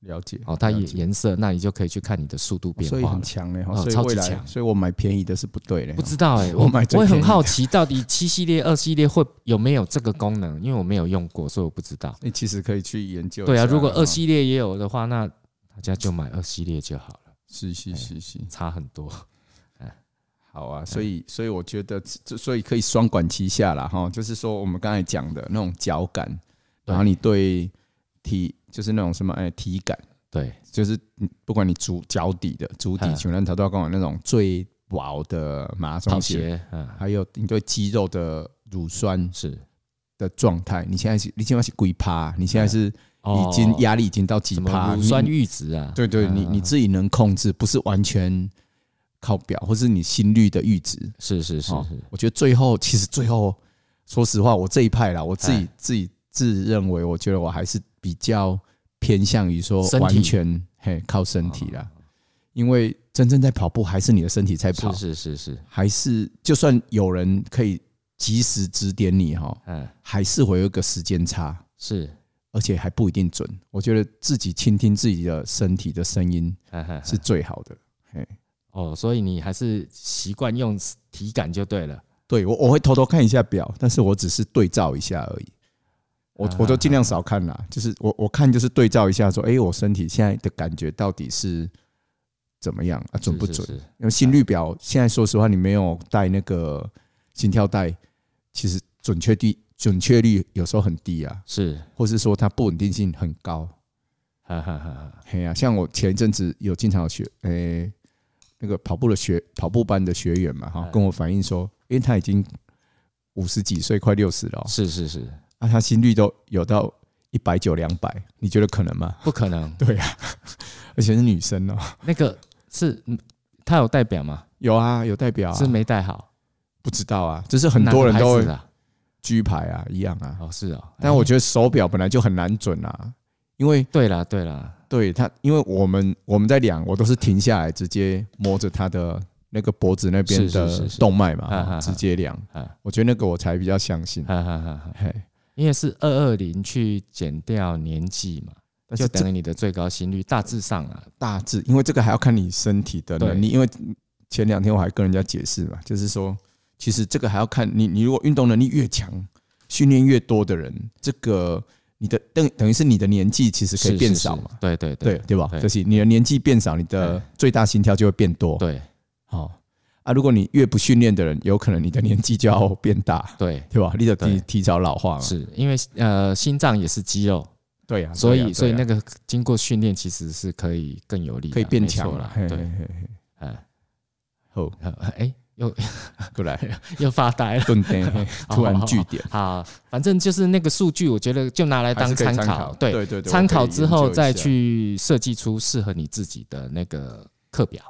了解，
哦，它
了
也
解哦
颜色，那你就可以去看你的速度变
所以
化
很
了。
强嘞，哈
哦
所以
超级
未来，
强
所以我买便宜的是不对嘞，
不
哈
知道哎、
(laughs) 我买最
我也
便
很
宜的
好奇，到底七系列、二系列会有没有这个功能？因为我没有用过，所以我不知道。
你其实可以去研究一下。
对啊，如果二
哈
系列也有的话，那大家就买二系列就好了，
是是是是，
差很多。
好
嗯
啊，所以所以我觉得，这所以可以双管齐下啦，哈，就是说我们刚才讲的那种脚感，
对
然后你对体就是那种什么哎体感，
对
就是你不管你足脚底的足底，
嗯
全人头都要跟我那种最薄的马拉
跑
松鞋，
鞋，嗯，
还有你对肌肉的乳酸
是
的状态，你现在是你现在是鬼趴，你现在是
哦
已经压力已经到几
什
趴，
么乳
你
酸阈值啊？
对对，你你自己能控制，不是完全靠表，或是你心率的阈值。
是是是
哦
是，
我觉得最后其实最后说实话，我这一派啦，我自己
哎
自己自认为，我觉得我还是比较偏向于说
身体
完全嘿靠身体啦，因为真正在跑步还是你的身体在跑，
是是是是，
还是就算有人可以及时指点你哈，
嗯，
还是会有一个时间差，
是，
而且还不一定准。我觉得自己倾听自己的身体的声音
嗯嗯
是最好的。嘿，
哦，所以你还是习惯用体感就对了。
对我我会偷偷看一下表，但是我只是对照一下而已。我我就尽
啊
量少看啦，就是我我看就是对照一下，说，哎，我身体现在的感觉到底是怎么样啊？准不
是
准？
是是
因为心率表现在说实话，你没有带那个心跳带，其实准确率准确率有时候很低啊，
是，嗯
或是说它不稳定性很高。
哈哈哈哈，
嘿呀、像我前一阵子有经常有学诶、那个跑步的学跑步班的学员嘛，哈
嗯，
跟我反映说，因为他已经五十几岁，快六十了、哦，
是是是，
啊，他心率都有到一百九、两百，你觉得可能吗？
不可能。
对啊，而且是女生哦，
那个是嗯他有代表吗？
有啊，有代表啊，
是没带好，
不知道啊，就是很多人
哪个牌
都
子
会
的啊。
居牌啊，一样啊。
哦，是哦。
但我
哎
觉得手表本来就很难准啊，因为
对啦对啦，
对他，因为我们我们在量，我都是停下来直接摸着他的那个脖子那边
是是
的
是是
动脉
啊啊啊
嘛，直接量
啊。
我觉得那个我才比较相信。
哈哈哈哈，
嘿，
嗯因为是二二零去减掉年纪嘛，
但
就是等
这
于你的最高心率，大致上啊，
大致，因为这个还要看你身体的能力，因为前两天我还跟人家解释嘛，就是说，其实这个还要看你，你如果运动能力越强，训练越多的人，这个你的等等于是你的年纪其实可以
是
变
是
少
是
嘛，
对对
对对吧？
对
就是你的年纪变少，你的最大心跳就会变多。
对
好、啊，如果你越不训练的人，有可能你的年纪就要变大，
对，
对吧？你的
对
提提早老化嘛。
是因为呃心脏也是肌肉，
对呀、对啊，
所
对
以
啊
所以那个经过训练其实是可以更有力的，
可以变
没错
强
啦
了。嘿嘿
对，
嘿嘿
嗯，
好，
呃哎又
过
(laughs)
来，
又发呆了。哦
顿呆， (laughs) 突然据
(laughs)
点，
好，反正就是那个数据，我觉得就拿来
还
哎当
是可以
参
参
考，
对
对，
对对，
参
我可以
考之
研
后
究一
再
下
去设计出适合你自己的那个课表。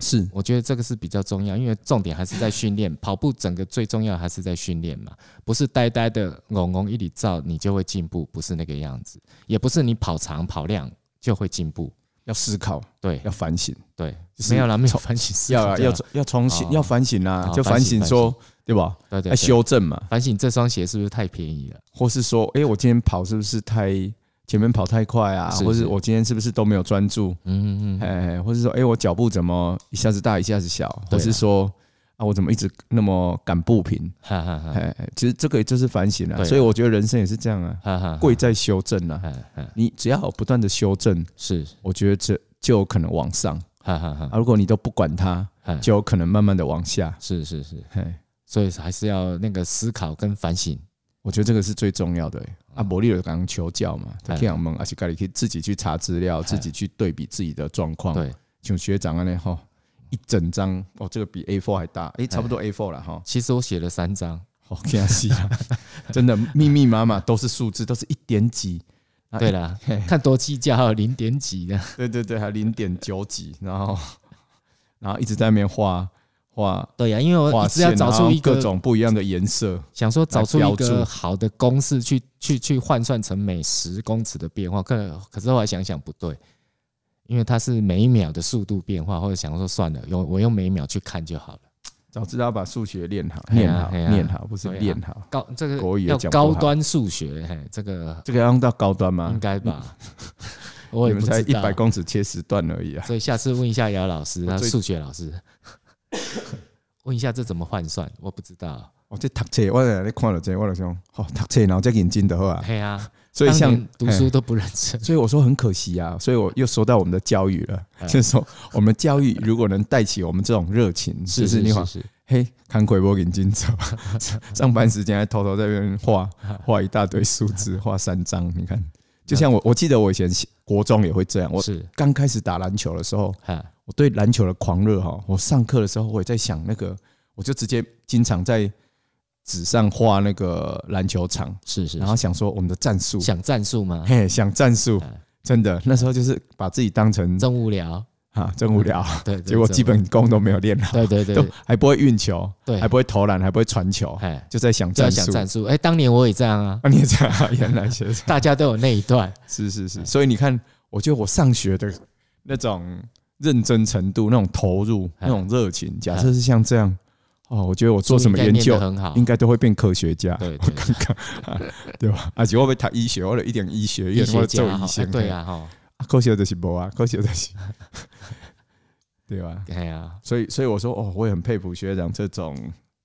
是
我觉得这个是比较重要，因为重点还是在训练。跑步整个最重要的还是在训练嘛，不是呆呆的拱拱一里照你就会进步，不是那个样子，也不是你跑长跑量就会进步。
要思考，
对
要反省，
对
就，是
没有啦，没有反省思
要
考
啊
这
要
样，
重要重新
哦
要反省啊
哦，
就
反
反
省
省说，对吧？
对对
要
对
修正嘛，
反省这双鞋是不是太便宜了？
或是说，哎，我今天跑是不是太前面跑太快啊，
是
或
是
是我今天是不是都没有专注？
嗯嗯嗯，
哎，或是说，哎、我脚步怎么一下子大一下子小，
对啊
或是说，啊，我怎么一直那么赶步频？
哈哈哈
哎、其实这个也就是反省啊。
对啊
所以我觉得人生也是这样啊，
哈哈哈，
贵在修正啊。
嗯嗯
你只要不断的修正，
是，
我觉得这就有可能往上
哈哈哈
啊。如果你都不管它，
嗯，
就有可能慢慢的往下。哎
是是是，
嘿，
所以还是要那个思考跟反省。
我觉得这个是最重要的、啊，伯利尔刚求教嘛，他可以蒙，而且咖喱可以啊自己去查资料，自己去对比自己的状况。
对，
像学长啊那吼，一整张哦，这个比 A4 还大，哎、差不多 A4 了哈。
其实我写了三张，
好惊死啊！ (laughs) 真的密密麻麻都是数字，都是一点几。啊
对啦
嘿，
看多计较零点几的，
对对对，还零点九几，然后然后一直在那边画画
对呀、因为我
画
哦一直要
线，啊
找
然
出
后
一
各
个
种不一样的颜色。
想说找出一
来标
个
注
好的公式去去去换算成每十公尺的变化，可可是后来想想不对，因为它是每一秒的速度变化，或者想说算了，用我用每一秒去看就好了。
早知道把数学练好，
哎呀
念好，
哎呀
念好，不是
对啊
练好。
高这
国
个
语也
要
讲不
高
好
端数学，嘿，这个
这个要用到高端吗
应？该吧？嗯 (laughs) 我
你
也
们
不
才
知
一
道
百，公尺切十段而已啊！
所以下次问一下姚老师，
我
他
最
数学老师， (laughs) 问一下这怎么换算，我不知道。
我哦这读册，我来看了这个，我就想，哦，读册然后再认真的好啊。
嘿啊，
所以
当
像
年读
嘿
书都不认真，
所以我说很可惜啊，所以我又说到我们的教育了，
哎
(laughs) 就是说我们教育如果能带起我们这种热情， (laughs) 就是是你好
是，是，
嘿，看鬼我眼睛走， (laughs) 上班时间还偷偷在那边
(laughs)
画画一大堆数字，画三张，你看，就像我我记得我以前国中也会这样，我
是
刚开始打篮球的时候，
哈
我对篮球的狂热哈，我上课的时候我也在想那个，我就直接经常在纸上画那个篮球场，
是是，
然后想说我们的战术
是，想战术吗？
嘿，想战术
哎，
真的，那时候就是把自己当成
真无聊，
啊，真无聊。
对，对
结果
这
基本功都没有练好，
对对
都
对
还不会运球，
对，
还不会投篮，还不会传球，
哎，
就在想
就要
战
想
术。
战术。哎，当年我也这样啊，
(laughs) 啊，你也这样啊，原
(laughs)
来学生
大家都有那一段。
是是是，所以你看，我觉得我上学的那种认真程度、那种投入、
哎
那种热情，假设是像这样，哦，我觉 (laughs) 得我做什么研
应该念
究
得，很好
应？该都会变科学家，
对对，对
对吧？啊，如果要读医学，我就一点医学
医
院，我
学
就
家
做
哈
医
哎
生，
对，啊哈，
啊科学就是无啊，科 (laughs) 学就是，对吧？
哎呀，
所以，所以我说，哦，我也很佩服学长这种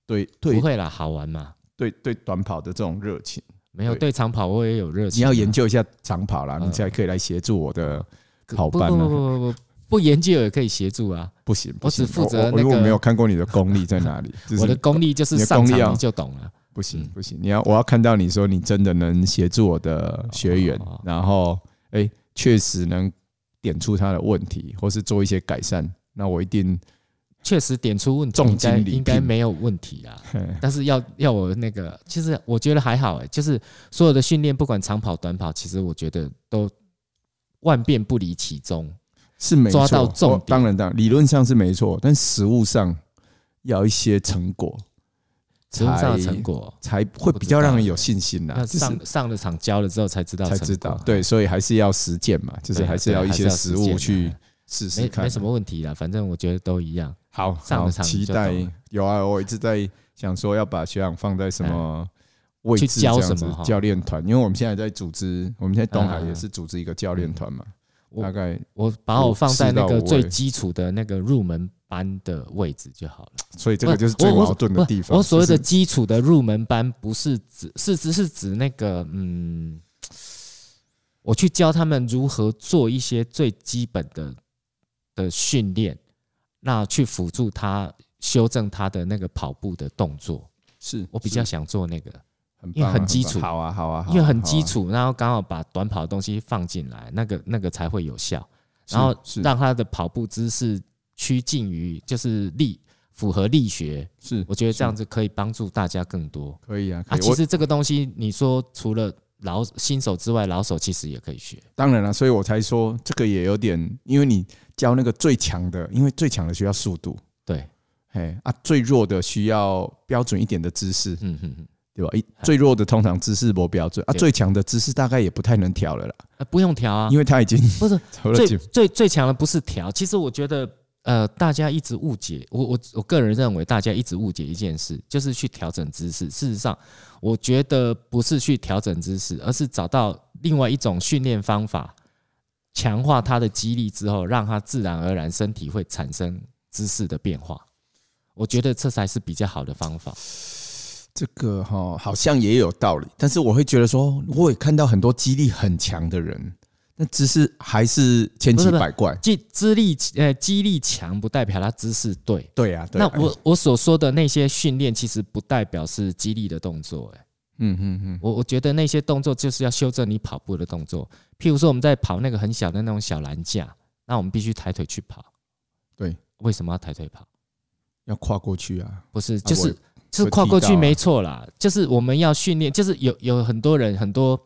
对
不
对
会啦，好玩嘛。
对对短跑的这种热情。
没有
对
对长跑我也有热情啊。
你要研究一下长跑啦，
嗯
你才可以来协助我的。
可
跑
不
班
不不
啊
不不不不研究也可以协助啊。
不行，不
我只
行
负责
我我因为
那
我
个
没有看过你的功力在哪里，就是
我的功力就是
你的
上
功力啊
场你就懂了。
不行
嗯
不行，你要我要看到你说你真的能协助我的学员
哦哦哦，
然后哎，确实能点出他的问题，或是做一些改善，那我一定
确实点出问题，
重
应该
金礼聘
应该没有问题啊。
嘿
但是要要我那个，其实我觉得还好哎、就是所有的训练，不管长跑、短跑，其实我觉得都万变不离其宗。
是没错。
抓到重点
哦当然当然，理论上是没错，但实物上要一些成果
实物上的
才
成果，
才会比较让人有信心啦
那。
就是
上上了场教了之后才知道
才
成果啊
知道，对，所以还是要实践嘛，就
对啊，
是还是
对啊
要一些实物
实践
去
啊
试试
没
看。
没什么问题啦，反正我觉得都一样。
好，
上
好
个场
期
就
待
懂了
有啊，我一直在想说要把学长放在什么位
哎去
置这样
教什
子，
么哈
教练团，因为我们现在在组织，我们现在东
嗯
海
嗯嗯嗯
也是组织一个教练团嘛，
我
大概
我把我放在那
四
个
到五
最
位
基础的那个入门班的位置就好了。
所以这个
不
就是最
我我
矛盾的地方。
我所谓的
就是
基础的入门班，不是指是只是指那个嗯，我去教他们如何做一些最基本的的训练，那去辅助他修正他的那个跑步的动作。
是
我比较
是
想做那个，
很
因为
棒啊
很
棒
基础
好啊好啊，好啊
因为很基，
好
础，然后刚好把短跑的东西放进来，那个那个才会有效，
啊
然后
是
让他的跑步姿势趋近于就是力符合力学，
是是
我觉得这样
是
子可以帮助大家更多。
可以啊，可
啊，
以。
其
我
实这个东西，你说除了老新手之外，老手其实也可以学。
当然了，啊所以我才说这个也有点，因为你教那个最强的，因为最强的需要速度，
对，
哎啊，最弱的需要标准一点的姿势，
嗯嗯嗯，
对吧？一最弱的通常姿势不标准啊，
对
最强的姿势大概也不太能调了啦，
呃，不用调啊，
因为他已经
不是
(laughs) 投了
最
九。
最最强的不是调。其实我觉得，呃，大家一直误解我我我个人认为，大家一直误解一件事，就是去调整姿势。事实上，我觉得不是去调整姿势，而是找到另外一种训练方法，强化它的肌力之后，让它自然而然身体会产生姿势的变化。我觉得这才是比较好的方法。
这个哈、好像也有道理，但是我会觉得说，我也看到很多肌力很强的人，那姿势还是千奇
不是不是
百怪。
肌资力呃肌力强不代表他姿势对。
对啊，对
那
啊
我我所说的那些训练，其实不代表是肌力的动作、欸。
嗯嗯嗯，
我我觉得那些动作就是要修正你跑步的动作。譬如说我们在跑那个很小的那种小栏架，那我们必须抬腿去跑。
对，
为什么要抬腿跑？
要跨过去啊，
不是，
啊
就是、
我
就是
我
跨
提
过
到
去
啊
没错啦。就是我们要训练，就是有有很多人很多。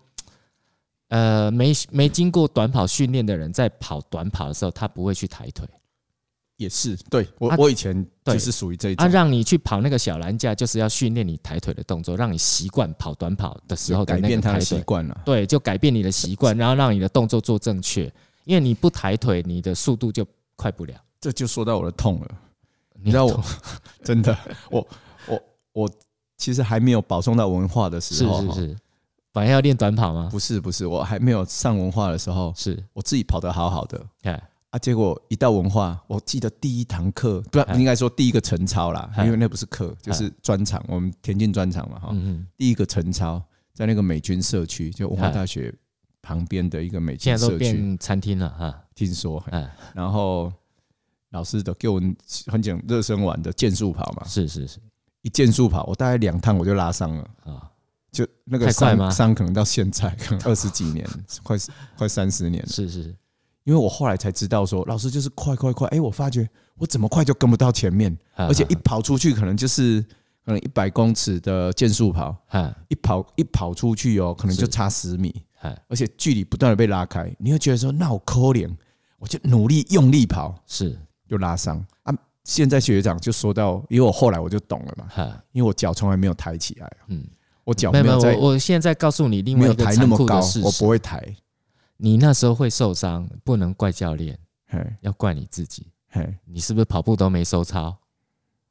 呃，没没经过短跑训练的人，在跑短跑的时候，他不会去抬腿。
也是对我、
啊
我以前
对
就是属于这一种
啊，，让你去跑那个小栏架，就是要训练你抬腿的动作，让你习惯跑短跑的时候的
改
那个
变他
抬
的习
腿。
惯了。
对，就改变你的习惯，然后让你的动作做正确。因为你不抬腿，你的速度就快不了。
这就说到我的痛了。
你
知道
要
我 (laughs) 真的，我我我其实还没有保送到文化的时
是
候，
是是，反哦正要练短跑吗？
不是不是，我还没有上文化的时候，
是，
我自己跑得好好的
哎，
啊，结果一到文化，我记得第一堂课，不
哎
应该说第一个晨操啦，
哎
因为那不是课，就是专场，我们田径专场嘛哈，
嗯嗯，
第一个晨操在那个美军社区，就文化大学旁边的一个美军
现在都
社区，
变餐厅了哈，
听说，嘿
哎，
然后老师的给我们很讲热身完的健速跑嘛，
是是是
一健速跑，我大概两趟我就拉伤了。
啊，
就那个
太快吗
伤伤可能到现在可能二十几年， (laughs) 快快三十年了。
是是，
因为我后来才知道说，老师就是快快快，哎、我发觉我怎么快就跟不到前面，而
而
且一跑出去可能就是可能一百公尺的健速跑，
哎
一跑一跑出去哦，可能就是差十米，
哎
而且距离不断的被拉开，你会觉得说那我可怜，我就努力用力跑，
是，
就拉伤啊。现在学长就说到，因为我后来我就懂了嘛，
哈，
因为我脚从来没有抬起来，啊
嗯，
我脚
没
没
有没有，
在
我我现在告诉你另
没
外
有
一个
抬那
残
么
酷
高
的事，
我
实
不，会抬。
你那时候会受伤，不能怪教练，
嘿，
要怪你自己，
嘿，
你是不是跑步都没收操？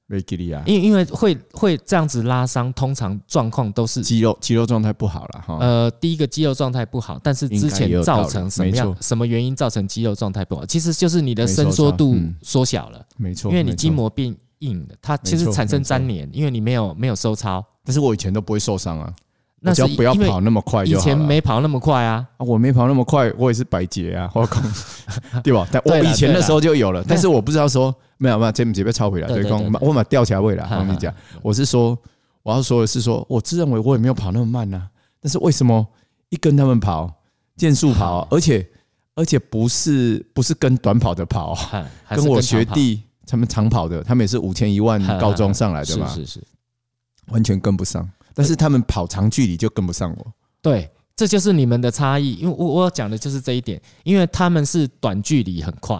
没给力啊，
因因为会会这样子拉伤，通常状况都是
肌肉肌肉状态不好了哈。
呃，第一个肌肉状态不好，但是之
哦应该也
前
有道理
造成什么
没
样
错
什么原因造成肌肉状态不好，其实就是你的
没错
伸缩度
嗯
缩小了，
没错，
因为你
没错
筋，膜变硬了，它其实
没错
产生
没错
粘连，因为你没有没有收操，
但是我以前都不会受伤啊，
那
我只
是
要不要
因为
跑那么快
以
就好
前
了。
没跑那么快啊，
啊，我没跑那么快，我也是百捷啊， (laughs) 我讲 (laughs) 对吧？但
对
我
啦
以前
对
那
啦
时候就有了，但是我不知道说没有没有，詹姆斯被抄回来，
对
所以
对
讲
对
我
对
我嘛掉下位了。
哈
我跟你
哈
讲，我是说我要说的是说，我自认为我也没有跑那么慢呐、但是为什么一跟他们跑，健速跑啊，而且而且不是不是跟短跑的跑哦，
哈还是
跟
长
我学
跑
弟他们长跑的，他们也是五千一万
哈哈
高中上来的
是
嘛，
是是，
完全跟不上。但是他们跑长距离就跟不上我，
对，这就是你们的差异，因为我我要讲的就是这一点，因为他们是短距离很快，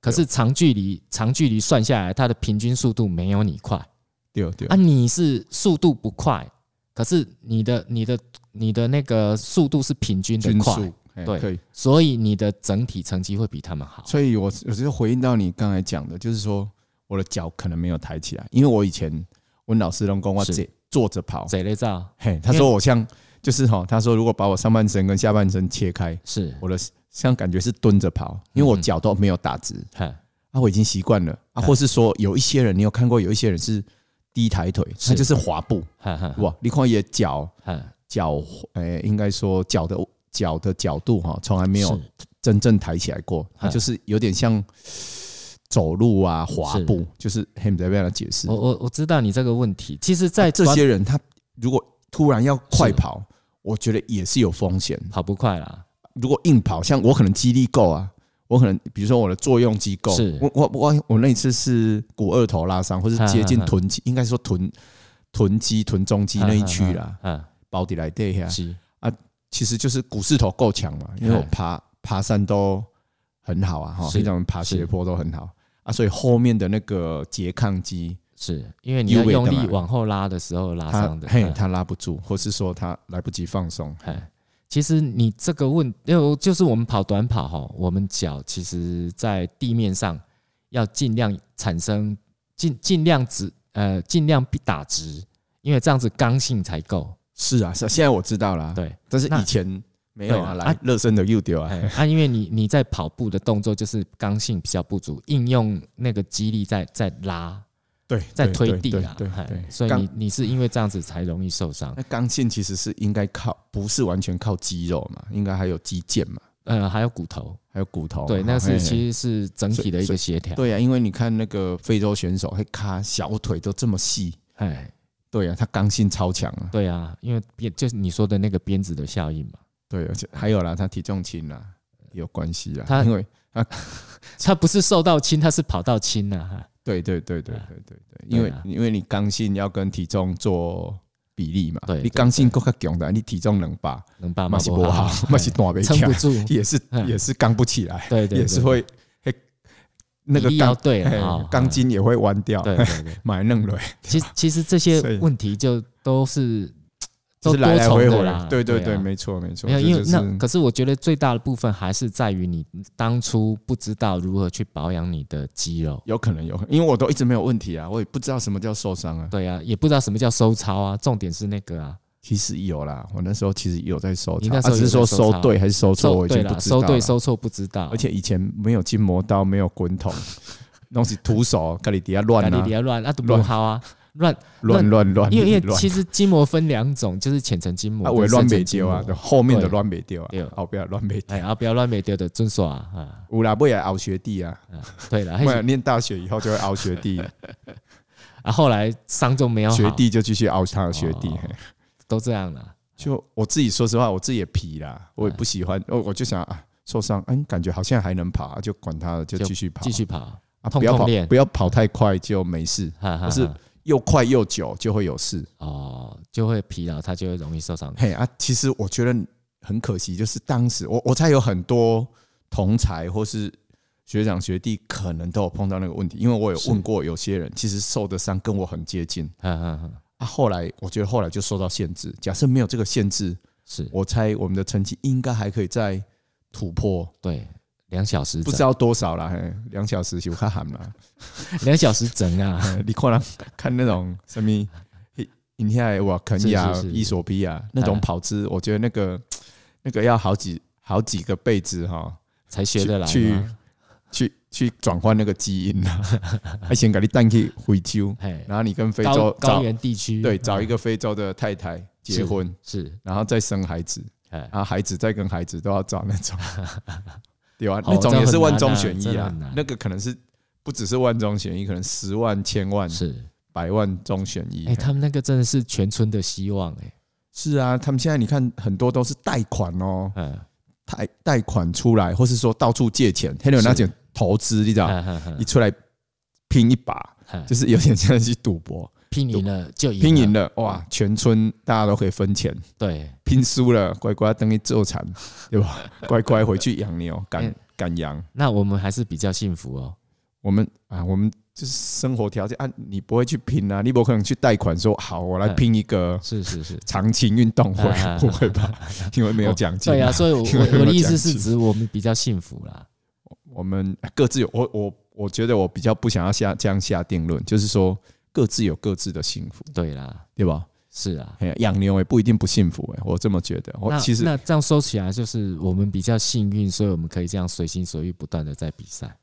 可是长距离长距离算下来，它的平均速度没有你快。
对哦对
啊，你是速度不快，可是你的你的你的那个速度是平均的
均
快，
速哎
对
可以。
所以你的整体成绩会比他们好。
所以我我就回应到你刚才讲的，就是说我的脚可能没有抬起来，因为我以前温老师都跟我
是
坐坐着跑，
谁来照
嘿，他
因
说我像就是哈，他说如果把我上半身跟下半身切开，
是，
我的像感觉是蹲着跑，因为我
嗯
脚都没有打直
哈
啊，我已经习惯了啊，
对
或是说有一些人，你有看过有一些人是低抬腿，
是
他就是啊滑步，
哈哈
哇，你看也脚
哈，
脚，诶，应该说脚的脚的角度哈，从来没有
是
真正抬起来过，它
嗯
就是有点像走路啊、滑
是哦
步，就是很在被他解释
我。我我知道你这个问题，其实，在
在这
短
些人，他如果突然要快
是
跑，我觉得也是有风险。
跑不快啦，
如果硬跑，像我可能肌力够啊，我可能比如说我的作用肌够
是，
我我我我那一次是股二头拉伤，或是
哈哈
接近
(laughs) 哈
臀肌，应该说臀臀肌、臀中肌那一区啦，
啊，
包底来对呀
哈，是
其实就是股四头够强嘛，因为我
嗨
爬爬山都很好啊，哈，
是
平常爬斜坡都很好啊，所以后面的那个拮抗肌，
是，因为你要
右尾的
用力
嘛
往后拉的时候拉
它
伤的。
嘿
嗯
它拉不住，或是说它来不及放松，
哎，其实你这个问，就就是我们跑短跑哈，我们脚其实在地面上要尽量产生尽尽量直呃尽量必打直，因为这样子刚性才够。
是啊，是啊现在我知道 (laughs) 啦，
对，
但是
那
以前没有啊，
对啊
来热身的又丢啊
哎，，啊，因为你你在跑步的动作就是刚性比较不足，应用那个肌力在在拉
对，
在
对
推
对
地
对
啊，
对
哎
对，
所以
刚
你你是因为这样子才容易受伤，
那刚性其实是应该靠，不是完全靠肌肉嘛，应该还有肌腱嘛，
呃，还有骨头，
还有骨头嘛，
对，那
哦
是
嘿嘿
其实是整体的一个协调，
对呀、啊，因为你看那个非洲选手，嘿，咔，小腿都这么细，
哎，
对呀、啊，他刚性超强啊。
对啊，因为编就是你说的那个鞭子的效应嘛，
对，而且还有啦，他体重轻啦，有关系啦。
他
因为
它不是受到轻，它是跑到轻呐、啊。
对对对对
啊
对对对，因为、
对啊
因为你刚性要跟体重做比例嘛，
对
你刚性够较强的，你体重能把
能把马
嘛是
不
不好，
(laughs)
嘛是大不
撑
起
不
来， (laughs)
住，
也是
嗯
也是刚不起来，
对对对，
也是会嘿那个
比例要
钢
对
嘿
了啊，哦
钢筋也会弯掉，
对
(laughs)
对对。
买弄了，
其实其实这些
所以
问题就都是
就
都
是来
多
来
重
回
的
回
啦，，
对对
对
对，
啊
没错没错，
没有，
这
因为
就是
那可是我觉得最大的部分还是在于你当初不知道如何去保养你的肌肉，
有可能有可能，因为我都一直没有问题啊，我也不知道什么叫受伤啊。
对啊，也不知道什么叫收操啊，重点是那个啊，
其实有啦，我那时候其实有在收
你
藏，
那
啊
时候
只是
有
说
在收
收
藏
对还是收错，我
收
已
对
经不
了，
知道
收
了。
对收错不知道，
而且以前没有筋膜刀，没有
(laughs)
滚筒，拢是徒手，咖喱底下乱
咖喱比
啊，
较乱，那都不
乱
好啊，乱
乱乱乱，
因为因为
乱
其实筋膜分两种，就是浅层筋膜
啊，
跟
我
深
乱
层
没
筋
丢
膜
啊，就后面的
对
乱没丢
对
啊，后边的乱没丢
哎，。啊，不要乱没丢的，遵守啊啊，
有啦，不也熬学弟啊，
对了，还
不
是
然念大学以后就会熬学
(laughs)
弟，
啊，后来伤就没有好
学弟就继续熬他的学弟
哦。
嘿
都这样了，
就我自己说实话，我自己也皮
哎
啦，我也不喜欢，我我就想啊，受伤，嗯，感觉好像还能跑啊，就管他了，就
就
继续跑，
继续跑，
啊，
痛
不要
痛
跑
练，
不要跑太快就没事。
哈哈，
不是
哈
又快又久就会有事。
哦，就会疲劳，它就会容易受伤。
嘿啊，其实我觉得很可惜，就是当时我我才有很多同才或是学长学弟可能都有碰到那个问题，因为我有
是
问过有些人，其实受的伤跟我很接近
嗯嗯嗯，
啊。后来我觉得后来就受到限制，假设没有这个限制，
是
我猜我们的成绩应该还可以再突破，
对，两小时
不
整
知道多少啦，嘿两小时就看喊啦。
两小时整
(laughs)
啊，
嘿你看人看那种什么，你现在哇肯亚
是是、是
啊伊索比亚那种
嗯
跑姿，我觉得那个那个要好几好几个辈子哈。
才学得来啊
去
吗？
去去转换那个基因啊， (laughs) 还先给你带去非洲，
哎，
然后你跟非
高
洲
高
找
原地区
对找一
个
个非洲的太太结婚，
是
然后再生孩子，
哎，
然后孩子再跟孩子都要找那
(laughs)
种，对啊，
哦
那种也是万中选
这
一
很
啊
难啊，
那个可能是不只是万中选一，可能十万、千万、
是
百万中选一
哎，。他们那个真的是全村的希望哎，
是啊，他们现在你看很多都是贷款哦，
嗯
贷贷款出来，或是说到处借钱，还有那种投资，你知道，
嗯嗯
啊一出来拼一把。
嗯，
就是有点像去赌博，
拼赢了就赢，
拼赢，了哇，全村大家都可以分钱，
对，
拼输了乖乖等于做产， (laughs) 对吧？乖乖回去养牛，赶
嗯
赶羊。
那我们还是比较幸福哦。
我们啊，我们就是生活条件啊，你不会去拼啊，你不可能去贷款说好，我来
嗯
拼一个
是是是，
长青运动会
啊，
不会
(laughs)
吧？因为没有奖金。
对啊，，所以我
因
我
为
我
没
的
有
意思
奖
是
金
指我们比较幸福啦。
我们哎各自有我我我觉得我比较不想要下这样下定论，就是说各自有各自的幸福，
对啦，
对吧？
是啊。
嘿养牛也不一定不幸福哎、我这么觉得。我
那
其实
那这样说起来，就是我们比较幸运，所以我们可以这样随心所欲、不断的在比赛，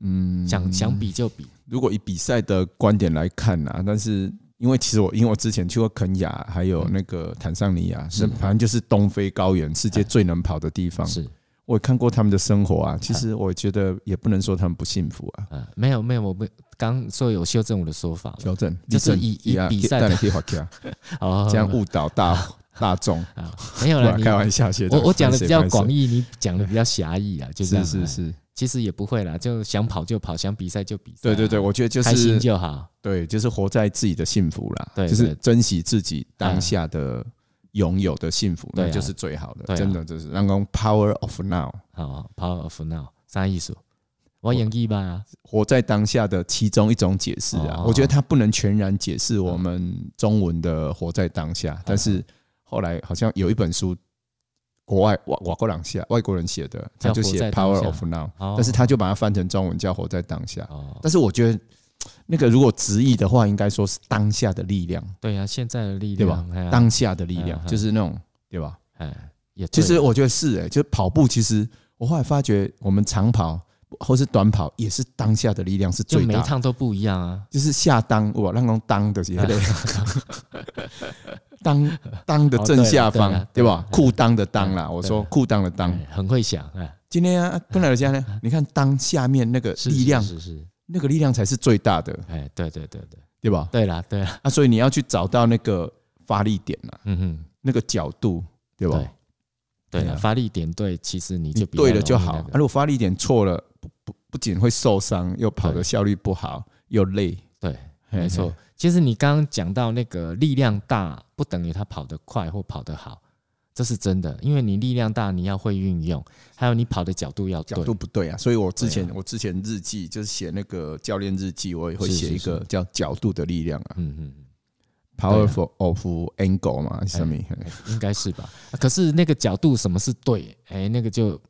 嗯，
想想比就比。
如果以比赛的观点来看啊，但是因为其实我因为我之前去过肯雅，还
嗯
有那个坦桑尼亚，
是
是反正就是东非高原世界最能跑的地方。
嗯是
我也看过他们的生活啊，其实我觉得也不能说他们不幸福啊。
啊，没有没有，我不刚所以有修正我的说法了。
纠正，
就是
立正
以以
呀
比赛的
带你去滑
(laughs)
梯啊
哦，
(laughs) 这样误导大大众，
啊，没有
不
啦，
然
你
开玩笑，学长
我我讲的比较，
不好
广
意
义，你讲的比较狭义啊，就
思
这
不好
样。
意思是
哎，
是是，
其实也不会啦，就想跑就跑，想比赛就比赛啊。
对对对，我觉得就
开心
是
就好。
对，就是活在自己的幸福啦，
对
就是
对
珍惜自己当下的拥有的幸福，
对啊
那就是最好的，
对啊
真的就是让公 power of now，
好，power of now，啥意思？我演技吧，
活在当下的其中一种解释啊
哦。
我觉得它不能全然解释我们中文的活在当
哦
下，但是后来好像有一本书。国外外外国人写外国人写的，
叫
他就
活在当
写 “power
下
of now”，
哦
但是他就把它翻成中文叫“活在当下”。
哦，
但是我觉得那个如果直译的话，应该说是当下的力量。
对呀，现在的力
对吧
量，哎呀
当下的力量
嗯，嗯
就是那种对吧？
哎，也
其实
对
我觉得是哎、就跑步，其实我后来发觉，我们长跑或是短跑也是当下的力量是
就
最
每一
大的，
趟都不一样啊。
就是下当哇，让人当的些
(laughs)
对，当当的正下
哦对
方
了对
对
了嗯
吧？裤裆的裆啦，我说
对
裤裆的裆。
哎很会想，哎，
今天啊，本来家呢，你看当下面那个
嗯是
力量，
是是是，
那个力量才是最大的，
哎，对对对对，
对吧？
对啦对啦，
啊，所以你要去找到那个发力点啊，
嗯哼，
那个角度，对吧
对？对
对
啦，
啊
发力点对，其实你
你
就比较
对了就
容易
好。
那
啊
个
如果发力点错了，不不不仅会受伤，又跑的
对
效率不好，又累。
对，
嘿
没错。，其实你刚刚讲到那个力量大，不等于他跑得快或跑得好，这是真的，因为你力量大，你要会运用，还有你跑的角度要
角
对
度，不对啊，所以我之前
对
我之前日记就是写那个教练日记，我也会
是
写
是
一个叫角度的力量啊
嗯嗯嗯。
，powerful of angle 嘛，什么？嘿
哎应该是吧？啊可是那个角度什么是对？哎，那个就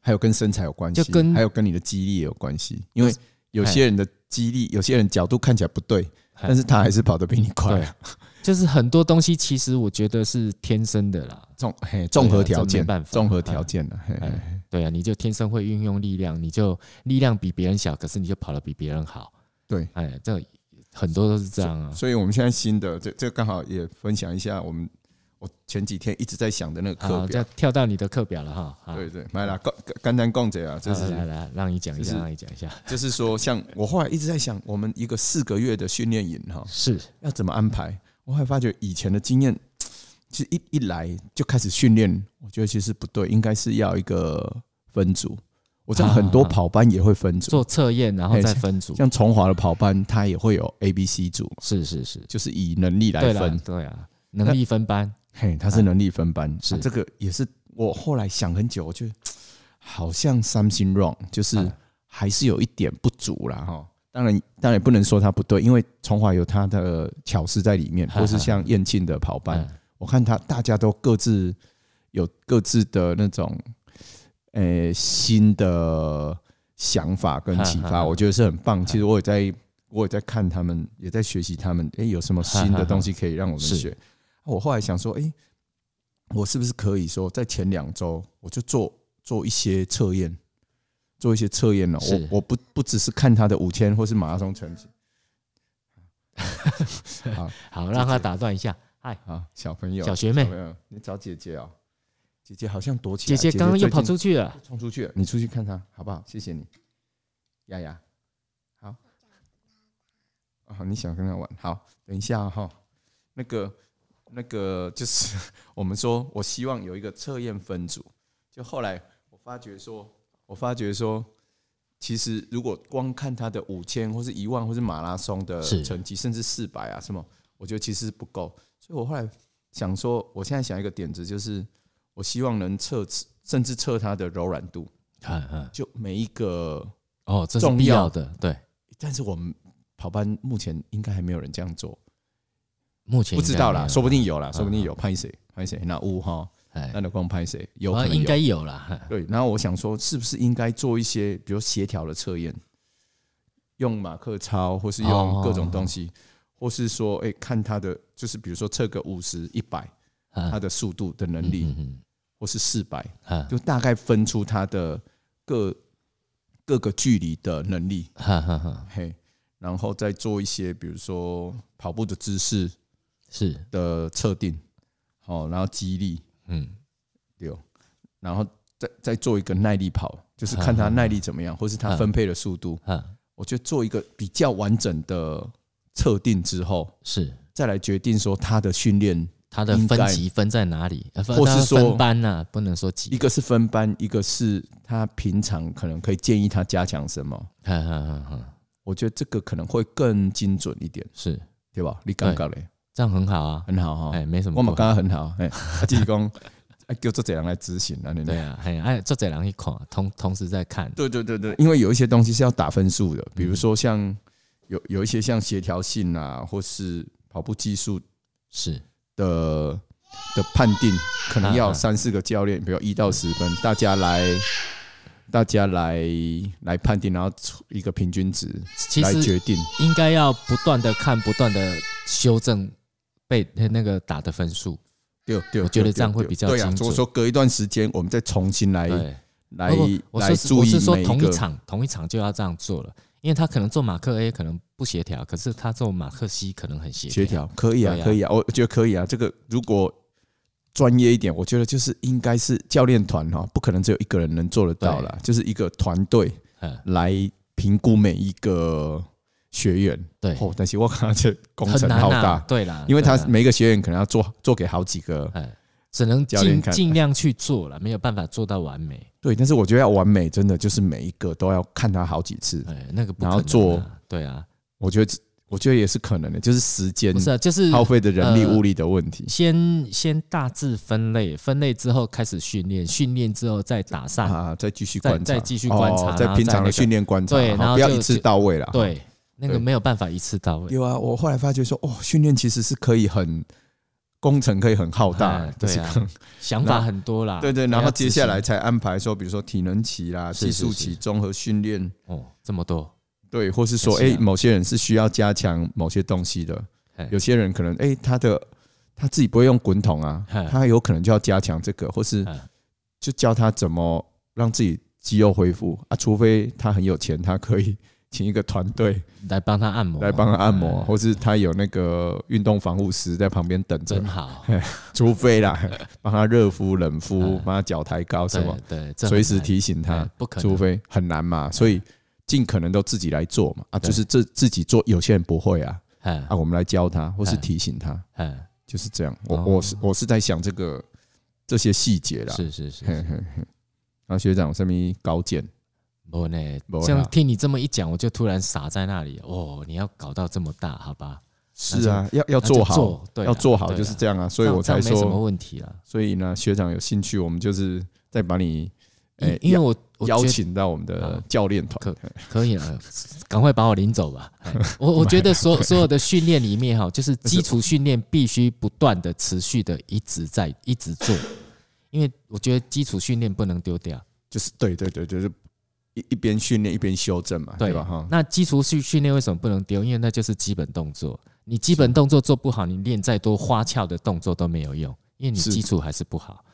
还有跟身材有关系
就跟，
还有跟你的肌力也有关系，因为有些人的肌力，有些人角度看起来不对，
哎
但是他还是跑得比你快
对
啊。
就是很多东西，其实我觉得是天生的啦。
综嘿综合
啊
条
这没
件
办，法
综合条件啊，嘿嘿
哎对啊，你就天生会运用力量，你就力量比别人小，可是你就跑得比别人好。
对。
哎，这很多都是这样啊。
所以我们现在新的这这刚好也分享一下我们我前几天一直在想的那个课
好，
表
再，跳到你的课表了哈。好
对，对，来啦，刚刚才共者啊，就
好来
是
来，让你讲一
就
下，
是
让你讲一下。
就是说，像我后来一直在想，我们一个四个月的训练营哈，
是
要怎么安排？我后来发觉以前的经验，其实一一来就开始训练，我觉得其实不对，应该是要一个分组。我知道很多
啊啊啊
跑班也会分组，
做测验，然后
哎
再分组。
像崇华的跑班，它也会有 A、B、C 组，
是是是，
就是以能力来
对啦
分，。
对啊，能力分班。
嘿，他是能力分班，
是
啊这个也是我后来想很久，我就好像 something wrong，就是
嗯
还是有一点不足啦哈。当然，当然也不能说它不对，因为崇华有它的巧思在里面，
嗯
或是像燕庆的跑班，
嗯
我看他大家都各自有各自的那种呃新的想法跟启
哈哈
发，
哈
我觉得是很棒。其实我也在我也在看他们，也在学习他们，诶，有什么新的东西可以让我们
是
学。啊我后来想说，诶，我是不是可以说在前两周我就做做一些测验，做一些测验呢？
是
我我不不只是看他的五千或是马拉松成绩。 (laughs) 好
好，让他打断一下。嗨，
好，小朋友，
小学妹
小，朋友，你找姐姐哦。姐姐好像躲起
姐
来，
姐刚刚又
最
跑
近
出去了。
冲出去了，你出去看她好不好？谢谢你，丫丫。好，哦，你想跟她玩？好，等一下啊哈、那个那个就是我们说，我希望有一个测验分组。就后来我发觉说，我发觉说，其实如果光看她的五千或是一万或是马拉松的
是
成绩，甚至四百啊什么，我觉得其实不够。所以我后来想说，我现在想一个点子，就是我希望能测，甚至测它的柔软度，
嗯嗯，
就每一个。
哦，这是
重
必
要
要的。对，
但是我们跑班目前应该还没有人这样做，
目前
不知道啦，说不
定
定有啦，
嗯
说不定有拍谁拍谁那乌哈，
哎，
那光拍谁有可
啊
能
应
有
该有啦。哼
对，然后我想说，是不是应该做一些，比如协调的测验，用马克操，或是用各种东西，或是说，哎、看他的，就是比如说测个五十、一百，
嗯
他的速度的能力，
嗯
或是四百，
嗯
就大概分出他的各各个距离的能力，
哈哈哈，
嘿，然后再做一些，比如说跑步的姿势
是，
的测定，好，然后激励，
嗯，
六，然后再再做一个耐力跑，就是
嗯
看他耐力怎么样，或是他分配的速度。
哈，
我觉得做一个比较完整的测定之后，
是
再来决定说他的训练，
他的
应该
分级分在哪里？呃分
或是说
它分班呐，不能说
一
级。
个是分班，一个是他平常可能可以建议他加强什么。
哈哈哈哈，
我觉得这个可能会更精准一点，
啊是
对吧？你感觉嘞，
这样很好啊。
很好哈，
哎，没什么不
哦我们
好。
刚刚很好，哎，啊就是讲，哎，叫这怎样来执行
(laughs)
啊？你
对啊，哎哎，这侪人去看，同同时在看。
对对对对，因为有一些东西是要打分数的，比如说像
嗯
有有一些像协调性啊，或是跑步技术
是，
的的判定，可能
啊
要
啊
三四个教练，比如一到十分，大家来大家来来判定，然后出一个平均值
其
来
实
决定。
应该要不断的看，不断的修正被那个打的分数。
对对，
我觉得
对
这样会比较
对啊
精。准
所以说隔一段时间，我们再重新来
对，
来
不不我
来
是
注
我
意
是说
每
同
个
一场同一场就要这样做了，因为他可能做马克 A 可能不协调，可是他做马克 C 可能很协
协调可以啊
对，啊
可以啊，我觉得可以啊。这个如果专业一点，我觉得就是应该是教练团哈，不可能只有一个人能做得到啦，就是一个团队
嗯，
来评估每一个学员。
对，
哦，但是我看这工
很
程
难
浩
啊，
大，
对啦，
因为他
对啦
每一个学员可能要做做给好几个，
哎，只能
教练
尽
看
尽量去做了，没有办法做到完美，
对。但是我觉得要完美，真的就是每一个都要看他好几次。
哎，那个不可能
然后
啊
做，
对啊，
我觉得，我觉得也是可能的，就是时间
不是啊，就是
耗费的人力
呃
物力的问题。
先先大致分类，分类之后开始训练，训练之后再打散，
啊，再继续
再
观察，
再继续观察
哦
然
在
后
平
再
常
那
的
个
训练观察，
对
哈
然后
不要
就
一次
就
到位了。，
对，那个
对
没有办法一次到位。
有啊，我后来发觉说，哦，训练其实是可以很工程可以很浩大
哎，
但
对
是
啊
可能
想法很多啦，
对对，
还
然后
要
接
执
下
行
来才安排说，比如说体能期啦、
是
技
是
术
是
期、综合训练，
哦，这么多，
对，或是说，
也是
哎
啊，
某些人是需要加强某些东西的
哎，
有些人可能哎他的他自己不会用滚筒啊
哎，
他有可能就要加强这个，或是
哎
就教他怎么让自己肌肉恢复啊，除非他很有钱，他可以请一个团队。
来帮他按摩，
来帮他按摩，
哎
或是他有那个运动防护师在旁边等着
真，
(laughs)
好，
除非
(laughs)
啦，帮他热敷、冷敷
嗯，
帮他脚抬高什么，
对，对这
随
很
时
难
提醒
哎
他，
不可能，哎
除非很难嘛，所以尽可能都自己来做嘛，啊，
对
就是自自己做，有些人不会啊，
哎
啊，我们来教他或是
嗯
提醒他，
哎，
就是这样。我
哦
我是我是在想这个这些细节啦，
是是是
啊嘿
是，
嘿嘿。然后学长有什么高见？
不呢
没，
这样
啦
听你这么一讲，我就突然傻在那里，哦，你要搞到这么大，好吧？
是啊，要要做
那就
好，，
对啦，
要做好
对
就是
啦
这样啊，所以
这样
我
这样
才
没
说
什么问题啦，
所以呢，学长有兴趣，我们就是再把你哎
因因为我我
邀
觉得
请到我们的教练团，
可以了， (laughs) 赶快把我领走吧。哎我
(laughs)
我觉得所所有的训练里面哈，就是基础训练必须不断的、持续的一直在一直做，因为我觉得基础训练不能丢掉。
就是对对对，就是一一边训练一边修正嘛，
对
对吧？哈，
那基础训训练为什么不能丢？因为那就是基本动作，你基本动作做不好，你练再多花俏的动作都没有用，因为你
是
基础还是不好。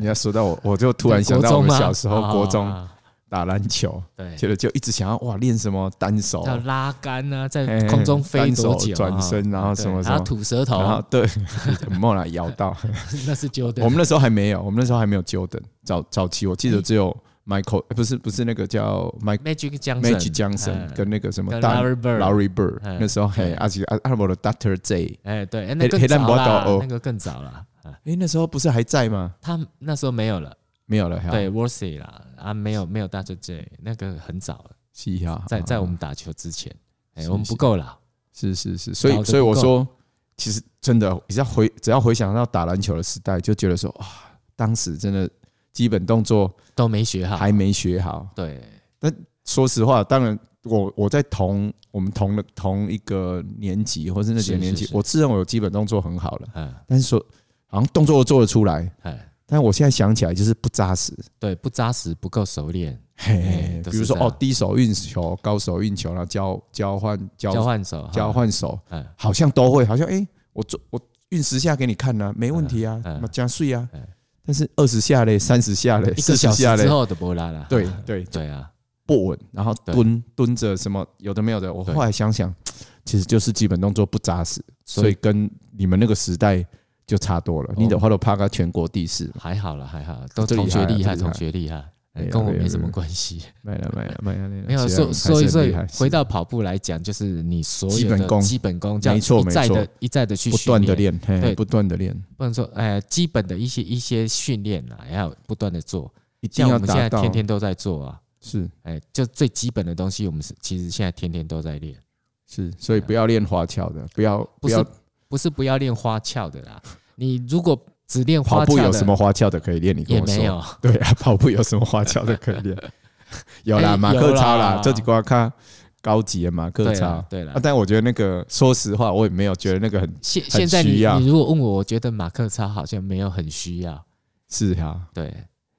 你要说到我，我就突然想
对
到
国
我
中
们
吗
小时候
啊
国中
啊
打篮球，
对，
觉得就一直想要哇练什么单手，
要拉杆啊，在
哦哎
空中飞
单
多
手
久啊，
转身然后
对
什么什
然后
么，
吐舌
然后
头，
对， (laughs) 莫来摇到。
(laughs) 那是纠的
我。们那时候还没有，我们那时候还没有 Jordan，早早期我记
嗯
得只有 Michael，、呃不是不是那个叫 Mike
Magic Johnson，
Magic Johnson
嗯
跟那个什么
跟
大
Larry Bird
Larry Bird，、
嗯
那时候
对
还啊而且阿阿伯的 Doctor J，
哎，对，哎那
黑
更
黑蛋
早
堡
啦
岛哦，
那个更早了。啊
哎、那时候不是还在吗？
他那时候没有了，
没有了，还好
对 w o r s y 啦，啊，没有没有大 J 那个很早了，
嘻哈，
在
啊
在我们打球之前，哎，
是
我们不
是
够老，
是是是，所
老
以
得
所以
不
我
够
说，其实真的，只要回只要回想到打篮球的时代，就觉得说哇，当时真的基本动作
都没学好。
还没学好，
对，
说实话，当然我我在同我们同的同一个年级，或是那几个
是
年级，
是是
我自认为我基本动作很好了，
嗯，
但是说好像动作都做得出来，
哎，
但我现在想起来就是不扎实。
对，不扎实，不够熟练，哎
嘿，
都是
比如说
这样
哦，低手运球、高手运球，然后交交换交
交换手，
交，换手， (laughs)
嗯，
好像都会，好像哎、我做我运十下给你看呢、没问题啊
嗯，
那加税啊
嗯，
但是二十下嘞，三十下嘞，
一
四
个
十
小
下
时
嘞
之，后的波拉啦。
对 (laughs) 对，
对啊，
不稳，然后
对
蹲蹲着什么有的没有的。我
对
后来想想，其实就是基本动作不扎实，
所
所
以
以跟你们那个时代就差多了。你的话都怕个全国第四，
还好了，还好，都
这
同
厉
学
害啊
厉害，
这厉
同
害
学厉害，哎
哎呀哎
跟我
没有
没什
没
么
有
关系。
买了买了买了，
没啊有，所所以所以回到跑步来讲，就是你所有
啊基本
的
功
基本功，这样
没错
一再
没
的
错
一再的去
不断的
训练，
练，嘿
对
不断的练，
不能说呃基本的一些一些训练啦，要不断的做。
一定
像
要
我们现
达
在
到
天。天都在做啊，
是
哎，就最基本的东西，我们是其实现在天天都在练，
是，所以不要练花俏的，不要
啊不
不
是
要
不是不要练花俏的啦。你如果只练
跑
花
步
俏
有什么
的，
花俏的可以练？你跟
也
我说
没有，
对啊， (laughs) 跑步有什么花俏的可以
(laughs)
练？有啦，
哎
马
有
克
啦
操啦，这几关看高级的马克
对
操
啦。对啦
啊，。但我觉得那个，说实话，我也没有觉得那个很
现
很
现在你
需要
你如果问我，我觉得马克操好像没有很需要，
是啊。
对，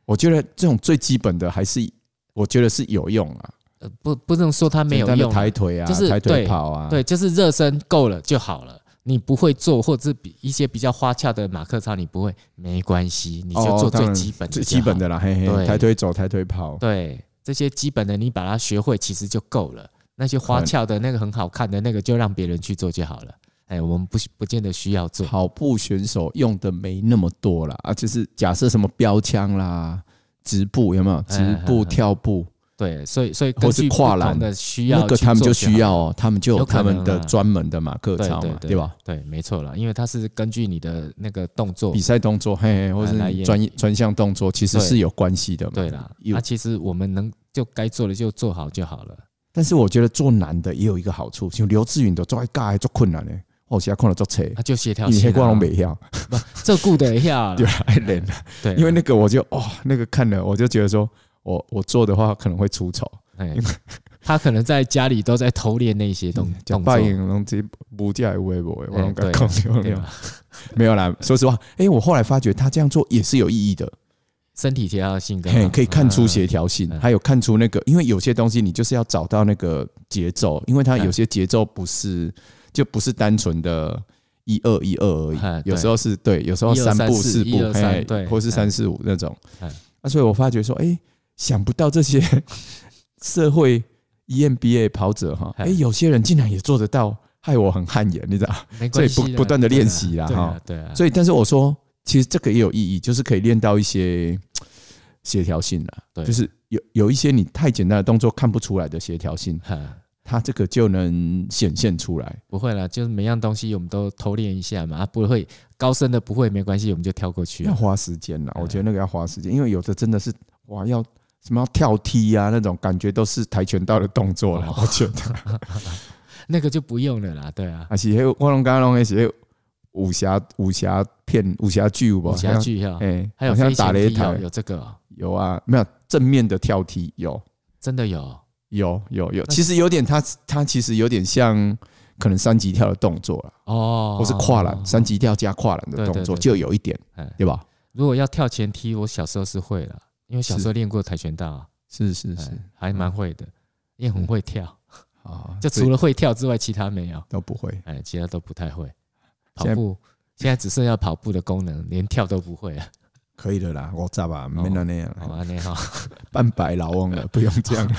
我觉得这种最基本的还是，我觉得是有用啊，
呃，不不能说它没有
简单的
用啦，
抬腿啊，
就是
抬
对
腿跑啊，
对，就是热身够了就好了。你不会做，或者是比一些比较花俏的马克操，你不会没关系，你
你
就做最基本的、
哦最基本。的啦，嘿
对
嘿，抬腿走，抬腿跑，
对，这些基本的你把它学会，其实就够了。那些花俏的那个很好看的那个，就让别人去做就好了。哎，我们不不见得需要做。
跑步选手用的没那么多啦，啊，就是假设什么标枪啦、直步有没有？直
哎哎哎
步、跳步，
对，所以所以根
或是
据不
跨栏
同的需要，
那个他们就需要。哦，他们就
有
有
可
他
能啊
们的专门的马克操
对
嘛
对，对
对吧？
对，没错了，因为它是根据你的那个动作
比赛动作，嘿，嘿，或
来来演
是专专项动作，其实
对
是有关系的嘛。
对啦，
有
那、其实我们能就该做的就做好就好了。
但是我觉得做男的也有一个好处，像刘志云的做一尬还做困难呢，我现在看了做车，
啊，就协调
你
性
黑
啊。哎
瓜拢没要，
不，这顾得一下啦 (laughs)
(laughs) 对，还练，
对啦，
因为那个我就哦，那个看了我就觉得说，我我做的话可能会出丑，
哎他可能在家里都在偷练那些动
讲
动作
拜，演拢这不价的微博，我拢
哎
敢
对啊
讲讲
对
了，
吧？
没有啦。说实话，哎，我后来发觉他这样做也是有意义的，
身体协调性更
嘿
好，
可以看出
嗯
协调性
嗯，
还有看出那个，因为有些东西你就是要找到那个节奏，因为
哎
它有些节奏不是就不是单纯的一二一二而
嗯
已，
对
有时候是对，有时候
一二
三步
三四
四
一
步
二，三
嘿
对，
或是
嗯
三四五那种
嗯。
啊，所以我发觉说，哎，想不到这些 (laughs) 社会 E EMBA 跑者哈，
嗯
哎，有些人竟然也做得到，害我很汗颜，你知道？
没
所
关
以
系
不
啦
不断地
对啦
练习啦
对啊
哈
对啊，
所以，但是我说，其实这个也有意义，就是可以练到一些协调性啦。
对
就是有有一些你太简单的动作看不出来的协调性，
哈
它这个就能显现出来。
啊不会啦，就是每样东西我们都偷练一下嘛，啊，不会高深的不会没关系，我们就跳过去
要
啊。
花时间啦，
嗯
我觉得那个要花时间，因为有的真的是哇，要什么要跳踢啊那种感觉，都是跆拳道的动作了
哦。
我觉得， (laughs)
那个就不用了啦，对啊，
而且我龙刚龙那些武侠武侠片、武侠剧有没有，
武侠剧哈，
哎，
还有
好像
飞
打
行
擂
踢
台
有有这个哦
有啊，没有正面的跳踢有
真的有
有有有，
那
其实有点它它其实有点像可能三级跳的动作啦，
哦，
或是跨栏三级跳加跨栏的
对对
动作，
对
就有一点
哎，
对吧？
如果要跳前踢，我小时候是会了，因为小时候练过跆拳道啊，
是是
哎
是嗯
还蛮会的，也很会跳，
啊，
就
所以
除了会跳之外，其他没有，
都不会。
哎，其他都不太会。跑
现在
步现在只剩下跑步的功能，连跳都不会了，
可以的啦，啊我咋吧，没那那样
哦好
啦，
吗？你好，
半白老翁
(laughs)
了，不用这样了，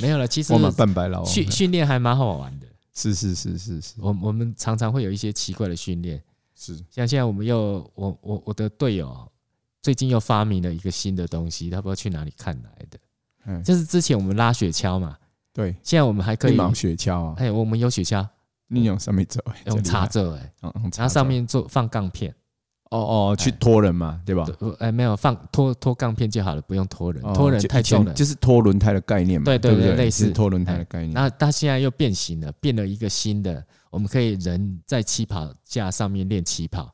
没有了。其实
我们半白老翁
训
了。
训练还蛮好玩的，
是是是是是
我我们常常会有一些奇怪的训练，
是，
像现在我们又我我我的队友最近又发明了一个新的东西，他不知道去哪里看来的，
嗯，
就是之前我们拉雪橇嘛，
对，
现在我们还可
可以
以，
毛雪橇啊，
哎，我们有雪橇，
你用上面走，哎
用插，座哎、
这厉害嗯用
然
插
后上
着
面做放杠片，
哦哦，去拖人嘛，对吧？
对哎没有放拖拖杠片就好了，不用拖人，
哦
拖人
就
太
以前
重了。
就是拖轮胎的概念嘛，
对对
对不
对
对，
类似哎
就是拖轮胎的概念。
然后它现在又变形了，变了一个新的，我们可以人在起跑架上面练起跑，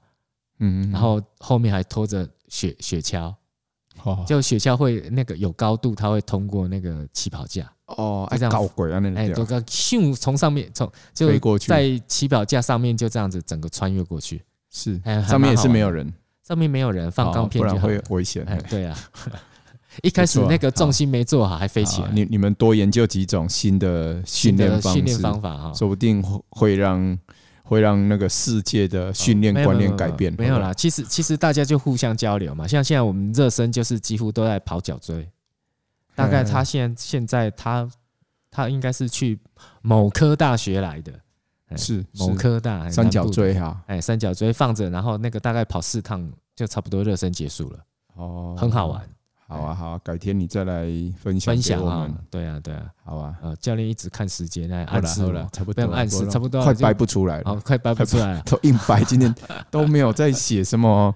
嗯，
然后后面还拖着雪雪橇，
哦
就雪橇会那个有高度，它会通过那个起跑架，
哦，
就这样
搞鬼啊，那
哎，
个
这个咻从上面从就
飞过去
在起跑架上面就这样子整个穿越过去，
是
哎还蛮
上面也
好
是
玩
没有人，
上面没有人放
哦
钢片
不
就
然
好
会
了。
危险。
哎，
哎
对啊， (laughs) 一开始那个重心没做好，还飞起
啊好
来。
你你们多研究几种新的训
的
练
训
方
练
式，
方法哈，
说不定会会让会让那个世界的训练
啊没有
观
没有
念改变。
没有啦。其实其实大家就互相交流嘛，像现在我们热身就是几乎都在跑脚追。大概他现现在他他应该是去某科大学来的，
哎，是
某
是
科大哎
三角，
南部
锥哈，
哎，三角锥放着，然后那个大概跑四趟就差不多热身结束了，
哦，
很好。玩，
好啊，好啊，改天你再来分享
分
给
享
我
啊
们。，
对啊对啊，
好啊，
呃，教练一直看时间来
好
暗
了
示
好了
我，，
差不
不
多
要
了，
暗示，
了
差不多了
快
就
掰不出来了
好，，快掰不出
(laughs)
来了。
都硬掰，
(laughs)
今天都没有在写什么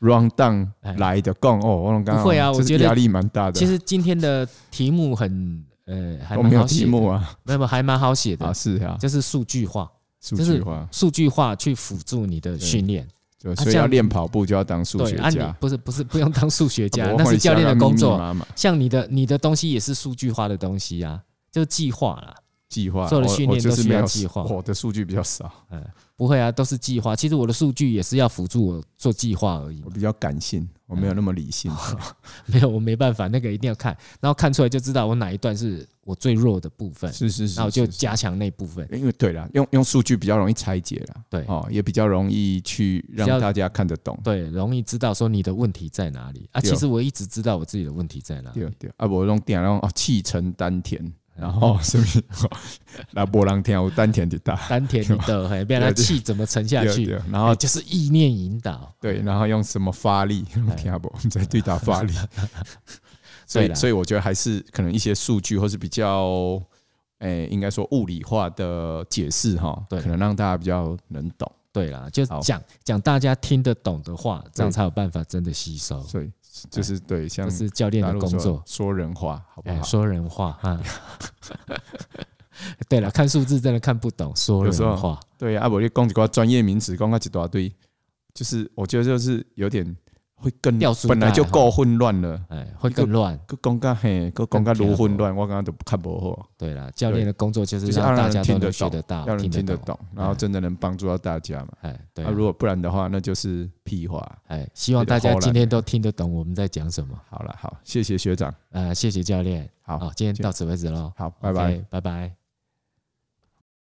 round down
哎
来的杠哦，我刚刚
不会啊
就是
我觉得
压力蛮大的，
其实今天的题目很呃，还
都
蛮
没有
好写
题
的，
目啊，
没有没有还蛮好写
啊
的，
是啊，
就是数据化，
数
就是
据化，
数据化去辅助你的训练。
就
啊
所以
这样
要练跑步就要当数
对，
学
啊，你
家，
不是不是不用当数学
(laughs)
家，
我
那
换
是
一下
教练的
让
工
密密
作。
麻麻
像你的你的东西也是数据化的东西啊，就计划啦，
计划
做的
我
训
我
练
就
都
是
需
没
要
有
计划
(laughs) 我的数据比较少，
不会啊，都是计划。其实我的数据也是要辅助我做计划而已 (laughs)
我
嘛，
比较感性，我没有那么理性，
嗯没有我没办法，那个一定要看，然后看出来就知道我哪一段是我最弱的部分，
是是是，
那我 (laughs) 就是
是
加强那部分。
因为对啦，用用数据比较容易拆解啦，
对
哦，也比较容易去让
比较啊
大家看得懂，
对，容易知道说你的问题在哪里啊。
对哦
其实我一直知道我自己的问题在哪
对
里。
对，啊，无拢定拢哦，气沉丹田，然
嗯
后什么， (laughs) 那无人听有丹田就大，
丹田你的，嘿，不然他气怎么沉下
对
去？
对，然
然后
后
就是意念引导，
对，然后用什么发力，拢听无，你在对打发
(laughs)
力，所
哎对
以
啦
所以我觉得还是可能一些数据或是比较，诶，应该说物理化的解释哈，
对
可能让大家比较能懂，
对啦，就
好
讲讲大家听得懂的话，这样
对
才有办法真的吸收。
所以就是对，像
哎这是教练
大
的
陆
工
说
作，
说人话，好不
哎，
好？
说人话哈。 (laughs) 对了，看数字真的看不懂，说
有时候
人话
对啊，无你讲一挂专业名词，讲到一大堆，就是我觉得就是有点会更
掉书袋
本来就够混乱了，
哎会更乱。
佮讲到嘿，佮讲到愈混乱，我感觉都看不好，
对啦，教练的工作就是
就是
让
要
大
让人
家都
听得
能学
懂
啊得到
要，能听得
懂。
懂，然后真的能帮助到大家嘛。
哎，对
那、
啊
啊、，如果不然的话，那就是屁话。
哎，希望大
有
家
点齁
今
烂
天都听得懂我们在讲什么。
好了，好，谢谢学长，
呃，谢谢教练。
好
好，今天到此为止喽。
好，拜拜。
OK，拜拜。